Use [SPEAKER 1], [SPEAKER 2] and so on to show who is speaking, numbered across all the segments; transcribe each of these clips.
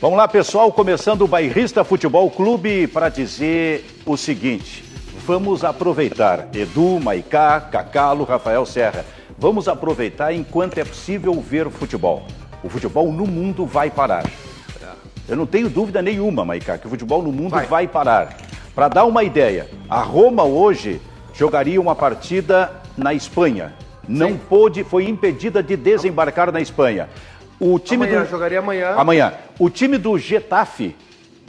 [SPEAKER 1] Vamos lá, pessoal, começando o Bairrista Futebol Clube para dizer o seguinte: vamos aproveitar Edu, Maicá, Cacalo, Rafael Serra. Vamos aproveitar enquanto é possível ver futebol. O futebol no mundo vai parar. Eu não tenho dúvida nenhuma, Maicá, que o futebol no mundo vai, vai parar. Para dar uma ideia, a Roma hoje jogaria uma partida na Espanha. Não pôde, foi impedida de desembarcar na Espanha. O time
[SPEAKER 2] Amanhã,
[SPEAKER 1] do
[SPEAKER 2] jogaria amanhã.
[SPEAKER 1] amanhã, o time do Getafe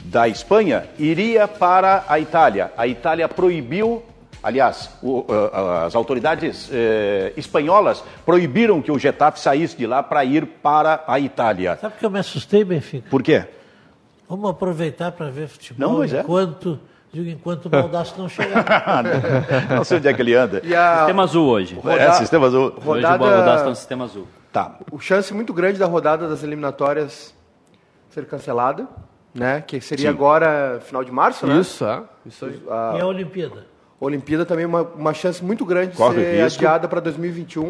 [SPEAKER 1] da Espanha iria para a Itália. A Itália proibiu, aliás, o- a- a- as autoridades eh, espanholas proibiram que o Getafe saísse de lá para ir para a Itália.
[SPEAKER 3] Sabe que eu me assustei, Benfica?
[SPEAKER 1] Por quê?
[SPEAKER 3] Vamos aproveitar para ver futebol
[SPEAKER 1] Não, pois é.
[SPEAKER 3] enquanto, digo, enquanto o Baldaço não chegar.
[SPEAKER 1] Não sei onde é que ele anda.
[SPEAKER 2] E a
[SPEAKER 4] Sistema azul hoje.
[SPEAKER 1] É, sistema azul.
[SPEAKER 4] Hoje o Baldaço está
[SPEAKER 2] rodada.
[SPEAKER 4] no sistema azul.
[SPEAKER 1] Tá.
[SPEAKER 2] O chance muito grande da rodada das eliminatórias ser cancelada, né? Que seria
[SPEAKER 1] Sim.
[SPEAKER 2] agora final de março, né?
[SPEAKER 5] Isso, é. Isso aí.
[SPEAKER 3] E a Olimpíada?
[SPEAKER 2] Olimpíada também é uma, uma chance muito grande de
[SPEAKER 1] Corre
[SPEAKER 2] ser
[SPEAKER 1] risco.
[SPEAKER 2] adiada para 2021.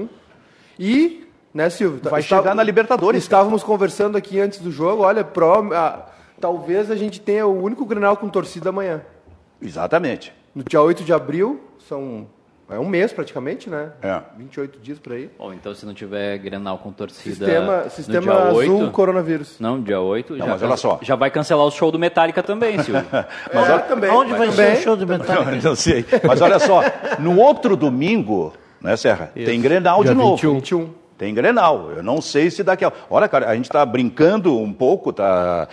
[SPEAKER 2] E, né, Silvio?
[SPEAKER 1] Vai chegar na Libertadores.
[SPEAKER 2] Estávamos conversando aqui antes do jogo, olha, pro- ah, talvez a gente tenha o único Grenal com torcida amanhã.
[SPEAKER 1] Exatamente.
[SPEAKER 2] No dia 8 de abril, são é um mês praticamente, né?
[SPEAKER 1] É.
[SPEAKER 2] 28 dias por aí.
[SPEAKER 4] Bom, então se não tiver Grenal com torcida
[SPEAKER 2] Sistema,
[SPEAKER 4] no
[SPEAKER 2] sistema
[SPEAKER 4] dia
[SPEAKER 2] azul
[SPEAKER 4] 8,
[SPEAKER 2] coronavírus.
[SPEAKER 4] Não, dia 8.
[SPEAKER 1] Não,
[SPEAKER 4] já,
[SPEAKER 1] mas olha só.
[SPEAKER 4] Já vai cancelar o show do Metallica também, Silvio.
[SPEAKER 2] Mas também.
[SPEAKER 3] Onde vai
[SPEAKER 2] também.
[SPEAKER 3] ser o show do Metallica?
[SPEAKER 1] É. Não sei. Mas olha só, no outro domingo, né, Serra? Tem Grenal
[SPEAKER 5] Dia
[SPEAKER 1] de novo.
[SPEAKER 5] 21.
[SPEAKER 2] 21.
[SPEAKER 1] Tem Grenal. Eu não sei se daqui a. Olha, cara, a gente está brincando um pouco, está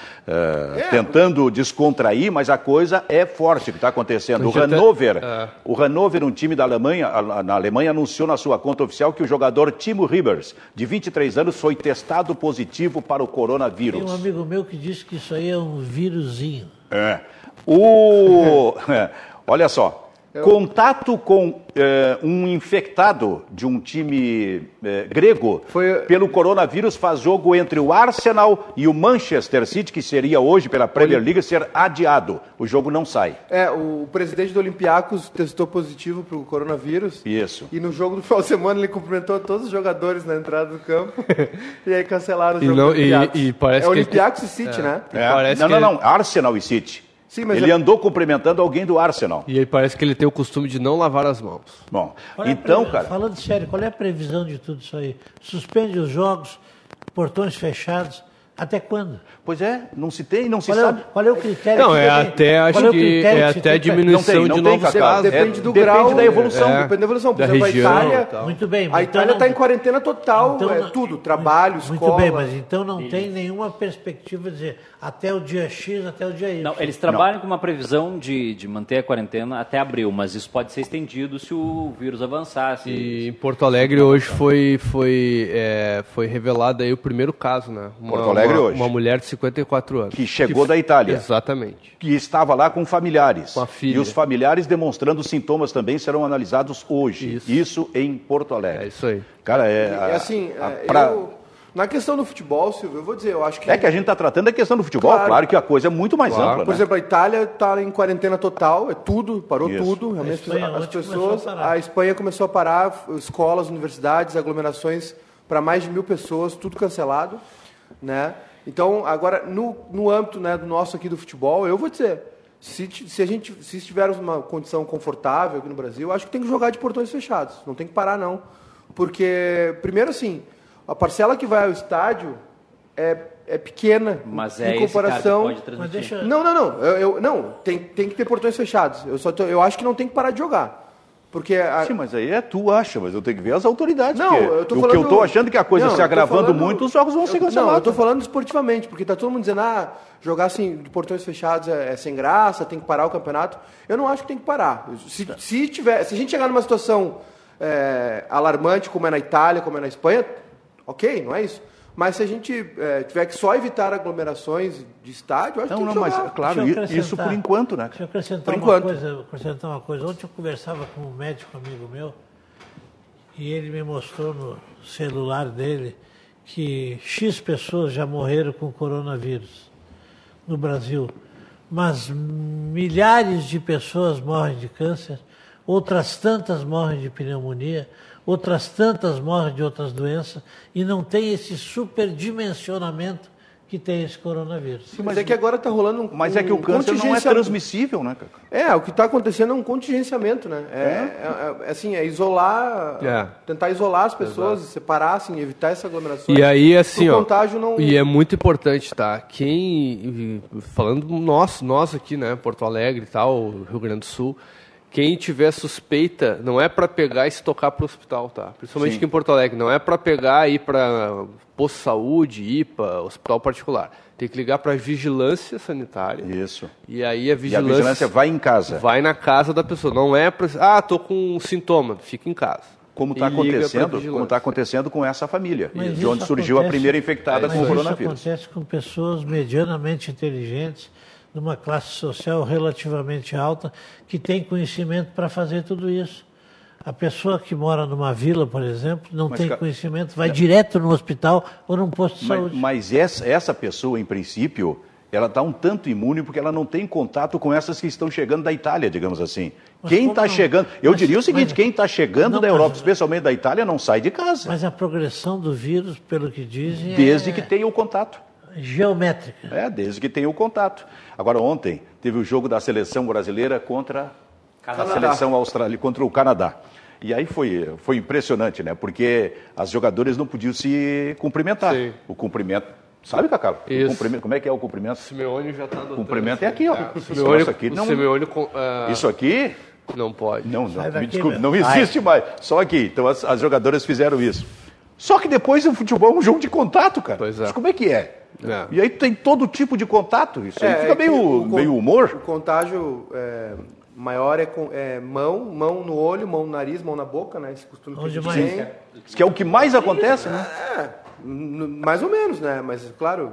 [SPEAKER 1] tentando descontrair, mas a coisa é forte o que está acontecendo. O
[SPEAKER 5] Hoje até-
[SPEAKER 1] Hannover,
[SPEAKER 5] É.
[SPEAKER 1] o Hannover, um time da Alemanha, a- na Alemanha, anunciou na sua conta oficial que o jogador Timo Ribers, de 23 anos, foi testado positivo para o
[SPEAKER 3] Tem um
[SPEAKER 1] coronavírus.
[SPEAKER 3] amigo meu que disse que isso aí é um vírusinho.
[SPEAKER 1] É. O... é, Olha só. Contato com é, um infectado de um time é, grego
[SPEAKER 2] Foi-
[SPEAKER 1] pelo coronavírus faz jogo entre o Arsenal e o Manchester City, que seria hoje pela Premier League, ser adiado. O jogo não sai.
[SPEAKER 2] É, o presidente do Olympiacos testou positivo para o coronavírus.
[SPEAKER 1] Isso.
[SPEAKER 2] E no jogo do final de semana ele cumprimentou todos os jogadores na entrada do campo. e aí cancelaram o
[SPEAKER 5] E
[SPEAKER 2] jogo
[SPEAKER 5] não-
[SPEAKER 2] do Olympiacos.
[SPEAKER 5] e- e parece
[SPEAKER 2] é o
[SPEAKER 5] que-
[SPEAKER 2] Olympiacos e City, né?
[SPEAKER 1] É.
[SPEAKER 5] parece
[SPEAKER 1] Não,
[SPEAKER 5] que
[SPEAKER 1] não,
[SPEAKER 5] ele-
[SPEAKER 1] não. Arsenal e City.
[SPEAKER 2] Sim, mas
[SPEAKER 1] ele
[SPEAKER 2] é-
[SPEAKER 1] andou cumprimentando alguém do Arsenal.
[SPEAKER 5] E aí parece que ele tem o costume de não lavar as mãos.
[SPEAKER 1] Bom,
[SPEAKER 3] Qual é a
[SPEAKER 1] então,
[SPEAKER 3] previ-
[SPEAKER 1] cara.
[SPEAKER 3] Falando sério, qual é a previsão de tudo isso aí? Suspende os jogos, portões fechados, até quando?
[SPEAKER 1] Pois é, não se tem, não se
[SPEAKER 3] Qual é, o-
[SPEAKER 1] sabe.
[SPEAKER 3] qual é o critério?
[SPEAKER 5] Não,
[SPEAKER 3] que
[SPEAKER 5] é
[SPEAKER 3] tem?
[SPEAKER 5] até,
[SPEAKER 3] Qual
[SPEAKER 5] acho
[SPEAKER 3] o
[SPEAKER 5] que
[SPEAKER 3] critério
[SPEAKER 5] é
[SPEAKER 3] se
[SPEAKER 1] Não
[SPEAKER 3] tem?
[SPEAKER 5] até
[SPEAKER 1] tem,
[SPEAKER 5] diminuição
[SPEAKER 1] não
[SPEAKER 5] de
[SPEAKER 1] tem,
[SPEAKER 5] novos
[SPEAKER 1] Cacau.
[SPEAKER 5] casos.
[SPEAKER 2] Depende
[SPEAKER 1] É,
[SPEAKER 2] do
[SPEAKER 1] depende
[SPEAKER 2] grau.
[SPEAKER 1] da evolução.
[SPEAKER 2] é, Depende da evolução. Por
[SPEAKER 5] Da
[SPEAKER 2] exemplo,
[SPEAKER 5] região,
[SPEAKER 2] a Itália.
[SPEAKER 5] tal.
[SPEAKER 3] Muito bem,
[SPEAKER 2] A
[SPEAKER 3] mas então
[SPEAKER 2] Itália
[SPEAKER 3] não-
[SPEAKER 2] está em quarentena total.
[SPEAKER 3] Então
[SPEAKER 2] é
[SPEAKER 3] não-
[SPEAKER 2] tudo. Trabalho, escola.
[SPEAKER 3] Muito bem, mas então não tem nenhuma perspectiva de dizer até o dia X, até o dia Y.
[SPEAKER 4] Não, é, eles trabalham com uma previsão de, de manter a quarentena até abril, mas isso pode ser estendido se o vírus avançar. se-
[SPEAKER 5] E É, em Porto Alegre hoje foi, foi, é, foi revelado aí o primeiro caso, né? Uma,
[SPEAKER 1] Porto Alegre
[SPEAKER 5] uma,
[SPEAKER 1] hoje.
[SPEAKER 5] Uma mulher de 54 anos.
[SPEAKER 1] Que chegou da Itália.
[SPEAKER 5] Exatamente.
[SPEAKER 1] que estava lá com familiares.
[SPEAKER 5] Com a filha.
[SPEAKER 1] E os familiares demonstrando sintomas também serão analisados hoje. Isso, em Porto Alegre.
[SPEAKER 5] É isso aí.
[SPEAKER 1] Cara, é.
[SPEAKER 2] É
[SPEAKER 1] a-
[SPEAKER 2] assim,
[SPEAKER 1] a-
[SPEAKER 2] é,
[SPEAKER 1] pra-
[SPEAKER 2] eu- na questão do futebol, Silvio, eu vou dizer, eu acho que.
[SPEAKER 1] É que a gente está tratando da questão do futebol, claro,
[SPEAKER 2] Claro.
[SPEAKER 1] que a coisa é muito mais
[SPEAKER 5] Claro.
[SPEAKER 1] ampla.
[SPEAKER 2] Por
[SPEAKER 1] né?
[SPEAKER 2] exemplo, a Itália está em quarentena total, é tudo, parou
[SPEAKER 1] Isso.
[SPEAKER 2] tudo. realmente
[SPEAKER 3] A Espanha
[SPEAKER 2] as
[SPEAKER 3] ontem
[SPEAKER 2] pessoas,
[SPEAKER 3] começou a parar.
[SPEAKER 2] a Espanha começou a parar, f- escolas, universidades, aglomerações para mais de mil pessoas, tudo cancelado, né? Então, agora no, no âmbito né, do nosso aqui do futebol, eu vou dizer, se, ti- se a gente se estivermos numa condição confortável aqui no Brasil, acho que tem que jogar de portões fechados, não tem que parar não, porque primeiro assim, a parcela que vai ao estádio é, é pequena
[SPEAKER 4] Mas
[SPEAKER 2] em
[SPEAKER 4] é esse cara que
[SPEAKER 2] comparação
[SPEAKER 4] pode
[SPEAKER 3] Mas
[SPEAKER 4] transmitir.
[SPEAKER 3] deixa,
[SPEAKER 2] não, não, não. Eu, eu- não, tem, tem que ter portões fechados. Eu, só tô- eu acho que não tem que parar de jogar. Porque. a-
[SPEAKER 1] Sim, mas aí é tu acha, mas eu tenho que ver as autoridades.
[SPEAKER 2] não,
[SPEAKER 1] porque
[SPEAKER 2] eu tô
[SPEAKER 1] o
[SPEAKER 2] falando.
[SPEAKER 1] que eu estou achando é que a coisa
[SPEAKER 2] Não, eu
[SPEAKER 1] se
[SPEAKER 2] tô
[SPEAKER 1] agravando
[SPEAKER 2] falando-
[SPEAKER 1] muito, os jogos vão
[SPEAKER 2] eu-
[SPEAKER 1] ser
[SPEAKER 2] Não, eu
[SPEAKER 1] cancelados.
[SPEAKER 2] tô falando esportivamente, porque tá todo mundo dizendo, ah, jogar assim, de portões fechados é, é sem graça, tem que parar o campeonato. Eu não acho que tem que parar. Se,
[SPEAKER 1] Tá.
[SPEAKER 2] se, tiver, se a gente chegar numa situação é, alarmante, como é na Itália, como é na Espanha, ok, não é isso. Mas se a gente é, tiver que só evitar aglomerações de estádio, eu acho
[SPEAKER 1] Não,
[SPEAKER 2] que tem
[SPEAKER 1] não,
[SPEAKER 2] que
[SPEAKER 1] mas
[SPEAKER 2] jogar.
[SPEAKER 1] claro,
[SPEAKER 3] Deixa eu
[SPEAKER 1] i- isso
[SPEAKER 3] acrescentar.
[SPEAKER 1] por enquanto, né?
[SPEAKER 3] Deixa eu acrescentar,
[SPEAKER 2] Por
[SPEAKER 3] uma
[SPEAKER 2] enquanto.
[SPEAKER 3] Coisa, acrescentar uma coisa. Ontem eu conversava com um médico amigo meu e ele me mostrou no celular dele que X pessoas já morreram com coronavírus no Brasil, mas milhares de pessoas morrem de câncer, outras tantas morrem de pneumonia, outras tantas morrem de outras doenças e não tem esse superdimensionamento que tem esse coronavírus.
[SPEAKER 2] Mas é que agora está rolando um.
[SPEAKER 1] Mas é que o
[SPEAKER 2] um
[SPEAKER 1] câncer não é
[SPEAKER 2] contingencia-
[SPEAKER 1] transmissível, né, Cacá?
[SPEAKER 2] É, o que está acontecendo é um contingenciamento, né? É, é- é- assim, é isolar,
[SPEAKER 5] É.
[SPEAKER 2] tentar isolar as pessoas, separar, assim, evitar essa aglomeração.
[SPEAKER 5] E aí,
[SPEAKER 2] é tipo,
[SPEAKER 5] assim,
[SPEAKER 2] Pro
[SPEAKER 5] ó.
[SPEAKER 2] contágio não-
[SPEAKER 5] E é muito importante, tá? Quem. Falando nós, nós aqui, né? Porto Alegre e tal, Rio Grande do Sul. Quem tiver suspeita, não é pra pegar e se tocar pro hospital, tá? Principalmente aqui em Porto Alegre. Não é pra pegar e ir pra posto de saúde, IPA, hospital particular. Tem que ligar pra vigilância sanitária.
[SPEAKER 1] Isso.
[SPEAKER 5] E aí a
[SPEAKER 1] E a
[SPEAKER 5] vigilância.
[SPEAKER 1] vigilância vai em casa.
[SPEAKER 5] Vai né? na casa da pessoa. Não é pra. Ah, tô com um sintoma. Fica em casa.
[SPEAKER 1] Como
[SPEAKER 5] E
[SPEAKER 1] está
[SPEAKER 5] liga pra
[SPEAKER 1] acontecendo, como
[SPEAKER 5] vigilância.
[SPEAKER 1] está acontecendo com essa família,
[SPEAKER 3] Mas
[SPEAKER 1] de
[SPEAKER 3] isso
[SPEAKER 1] onde surgiu a
[SPEAKER 3] acontece-
[SPEAKER 1] primeira infectada
[SPEAKER 3] mas
[SPEAKER 1] com o
[SPEAKER 3] Isso
[SPEAKER 1] coronavírus.
[SPEAKER 3] acontece com pessoas medianamente inteligentes, numa classe social relativamente alta, que tem conhecimento para fazer tudo isso. A pessoa que mora numa vila, por exemplo, não
[SPEAKER 1] Mas,
[SPEAKER 3] tem
[SPEAKER 1] cara,
[SPEAKER 3] conhecimento, vai direto no hospital ou num posto de
[SPEAKER 1] Mas,
[SPEAKER 3] saúde.
[SPEAKER 1] mas essa, essa pessoa, em princípio, ela está um tanto imune porque ela não tem contato com essas que estão chegando da Itália, digamos assim.
[SPEAKER 3] Mas
[SPEAKER 1] quem
[SPEAKER 3] como
[SPEAKER 1] está
[SPEAKER 3] não?
[SPEAKER 1] chegando, eu
[SPEAKER 3] Mas-
[SPEAKER 1] diria o seguinte,
[SPEAKER 3] mas-
[SPEAKER 1] quem está chegando
[SPEAKER 3] Não,
[SPEAKER 1] da
[SPEAKER 3] mas-
[SPEAKER 1] Europa, especialmente da Itália, não sai de casa,
[SPEAKER 3] Mas a progressão do vírus, pelo que dizem,
[SPEAKER 1] desde
[SPEAKER 3] é
[SPEAKER 1] que tenha o contato.
[SPEAKER 3] geométrica.
[SPEAKER 1] É, desde que tenha o contato. Agora, ontem teve o jogo da seleção brasileira contra a seleção australiana, contra o Canadá. E aí foi, foi impressionante, né? Porque as jogadoras não podiam se cumprimentar.
[SPEAKER 5] Sim.
[SPEAKER 1] O cumprimento. Sabe, Cacá? O
[SPEAKER 5] Isso.
[SPEAKER 1] cumprimento- como é que é o cumprimento?
[SPEAKER 5] Simeone já tá adotando.
[SPEAKER 1] Cumprimento é aqui, ó.
[SPEAKER 5] É, o
[SPEAKER 1] Isso
[SPEAKER 5] Simeone,
[SPEAKER 1] aqui
[SPEAKER 5] o
[SPEAKER 1] não-
[SPEAKER 5] Simeone com- ah,
[SPEAKER 1] Isso aqui
[SPEAKER 5] não pode.
[SPEAKER 1] Não, não,
[SPEAKER 3] Sai daqui,
[SPEAKER 1] me desculpe,
[SPEAKER 3] meu.
[SPEAKER 1] não existe mais. Só aqui. Então as, as jogadoras fizeram isso. Só que depois o futebol é um jogo de contato, cara.
[SPEAKER 5] Pois é.
[SPEAKER 1] Mas como é que é?
[SPEAKER 5] É.
[SPEAKER 1] E aí tem todo tipo de contato. Isso aí
[SPEAKER 2] É,
[SPEAKER 1] fica
[SPEAKER 2] é que
[SPEAKER 1] meio,
[SPEAKER 2] o con-
[SPEAKER 1] meio humor.
[SPEAKER 2] O contágio é, maior é, com- é mão, mão no olho, mão no nariz, mão na boca, né? Esse costume que a
[SPEAKER 3] Onde
[SPEAKER 2] gente
[SPEAKER 3] mais?
[SPEAKER 2] tem.
[SPEAKER 1] Que é o que mais acontece, né?
[SPEAKER 2] N- Mais ou menos, né? Mas, claro,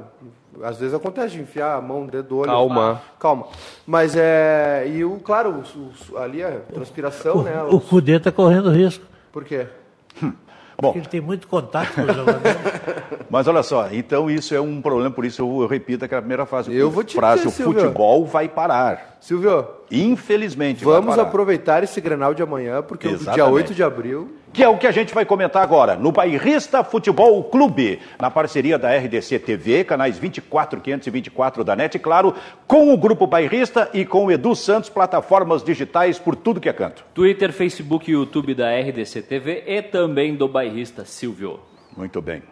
[SPEAKER 2] às vezes acontece de enfiar a mão, o dedo do olho.
[SPEAKER 5] Calma.
[SPEAKER 2] Calma. Mas é. E o, claro, o- o- ali a transpiração, né?
[SPEAKER 3] O Cudê está correndo risco.
[SPEAKER 2] Por quê?
[SPEAKER 1] Bom,
[SPEAKER 3] porque Ele tem muito contato com os jogadores.
[SPEAKER 1] mas olha só, então isso é um problema, por isso eu, eu repito aquela primeira frase.
[SPEAKER 2] Eu vou te
[SPEAKER 1] frase,
[SPEAKER 2] dizer,
[SPEAKER 1] o
[SPEAKER 2] Silvio.
[SPEAKER 1] futebol vai parar.
[SPEAKER 2] Silvio,
[SPEAKER 1] Infelizmente, vai
[SPEAKER 2] vamos
[SPEAKER 1] parar.
[SPEAKER 2] aproveitar esse grenal de amanhã, porque o dia
[SPEAKER 1] Exatamente.
[SPEAKER 2] 8 de abril.
[SPEAKER 1] Que é o que a gente vai comentar agora no Bairrista Futebol Clube, na parceria da RDC TV, canais 24, 524 da NET, claro, com o Grupo Bairrista e com o Edu Santos, plataformas digitais por tudo que é canto.
[SPEAKER 4] Twitter, Facebook e YouTube da RDC TV e também do bairrista Silvio.
[SPEAKER 1] Muito bem.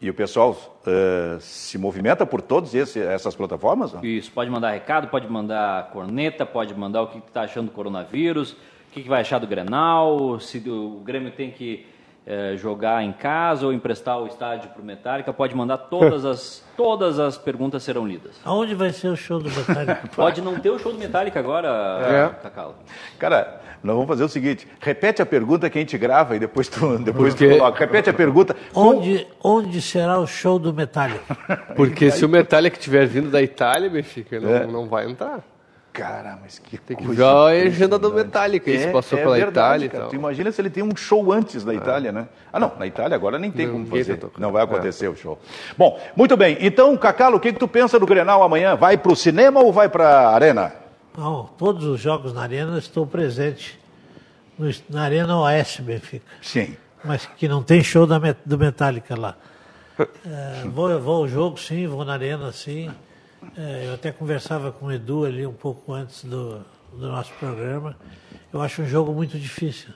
[SPEAKER 1] E o pessoal eh, se movimenta por todas essas plataformas? não?
[SPEAKER 4] Isso, pode mandar recado, pode mandar corneta, pode mandar o que está achando do coronavírus, o que, que vai achar do Grenal, se do- o Grêmio tem que eh, jogar em casa ou emprestar o estádio para o Metallica, pode mandar todas as, todas as perguntas serão lidas.
[SPEAKER 3] Aonde vai ser o show do Batalha?
[SPEAKER 4] Pode não ter o show do Metallica agora, Cacalo.
[SPEAKER 1] Cara, nós vamos fazer o seguinte: repete a pergunta que a gente grava e depois tu, depois tu
[SPEAKER 5] Porque-
[SPEAKER 1] coloca. Repete a pergunta.
[SPEAKER 3] Onde, onde será o show do Metallica?
[SPEAKER 5] Porque se o Metallica tiver vindo da Itália, Benfica, não,
[SPEAKER 1] É.
[SPEAKER 5] não vai entrar.
[SPEAKER 1] Cara, mas que
[SPEAKER 5] Tem que
[SPEAKER 1] coisa
[SPEAKER 5] ver a
[SPEAKER 1] impressionante.
[SPEAKER 5] agenda do Metallica, isso passou pela Itália e
[SPEAKER 1] É, cara.
[SPEAKER 5] tal.
[SPEAKER 1] Tu imagina se ele tem um show antes da Itália, né? Ah, não, na Itália agora nem tem como
[SPEAKER 5] Ninguém
[SPEAKER 1] fazer.
[SPEAKER 5] tá tocando.
[SPEAKER 1] Não vai acontecer o show. Bom, muito bem. Então, Cacalo, o que, que tu pensa do Grenal amanhã? Vai pro cinema ou vai pra arena?
[SPEAKER 3] Não, todos os jogos na Arena estou presente. No est- na Arena Oeste, Benfica.
[SPEAKER 1] Sim.
[SPEAKER 3] Mas que não tem show da Met- do Metallica lá. É, vou, vou ao jogo, sim, vou na Arena, sim. É, eu até conversava com o Edu ali um pouco antes do, do nosso programa. Eu acho um jogo muito difícil.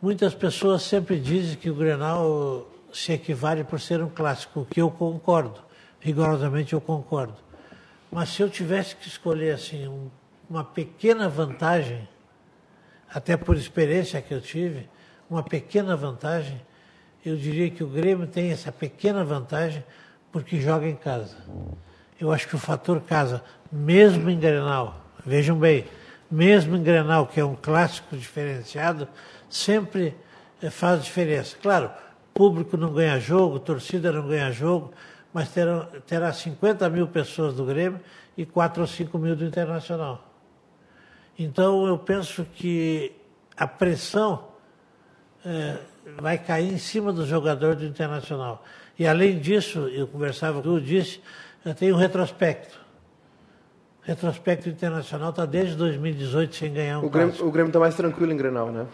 [SPEAKER 3] Muitas pessoas sempre dizem que o Grenal se equivale por ser um clássico, o que eu concordo, rigorosamente eu concordo. Mas se eu tivesse que escolher assim um- uma pequena vantagem, até por experiência que eu tive, uma pequena vantagem, eu diria que o Grêmio tem essa pequena vantagem porque joga em casa. Eu acho que o fator casa, mesmo em Grenal, vejam bem, mesmo em Grenal, que é um clássico diferenciado, sempre eh, faz diferença. Claro, público não ganha jogo, torcida não ganha jogo, mas terá, terá 50 mil pessoas do Grêmio e 4 ou 5 mil do Internacional. Então, eu penso que a pressão eh, vai cair em cima do jogador do Internacional. E, além disso, eu conversava com o disse, eu tenho um retrospecto. Retrospecto internacional está desde 2018 sem ganhar um
[SPEAKER 2] O Grêmio,
[SPEAKER 3] clássico.
[SPEAKER 2] o Grêmio tá mais tranquilo em Grenal, né?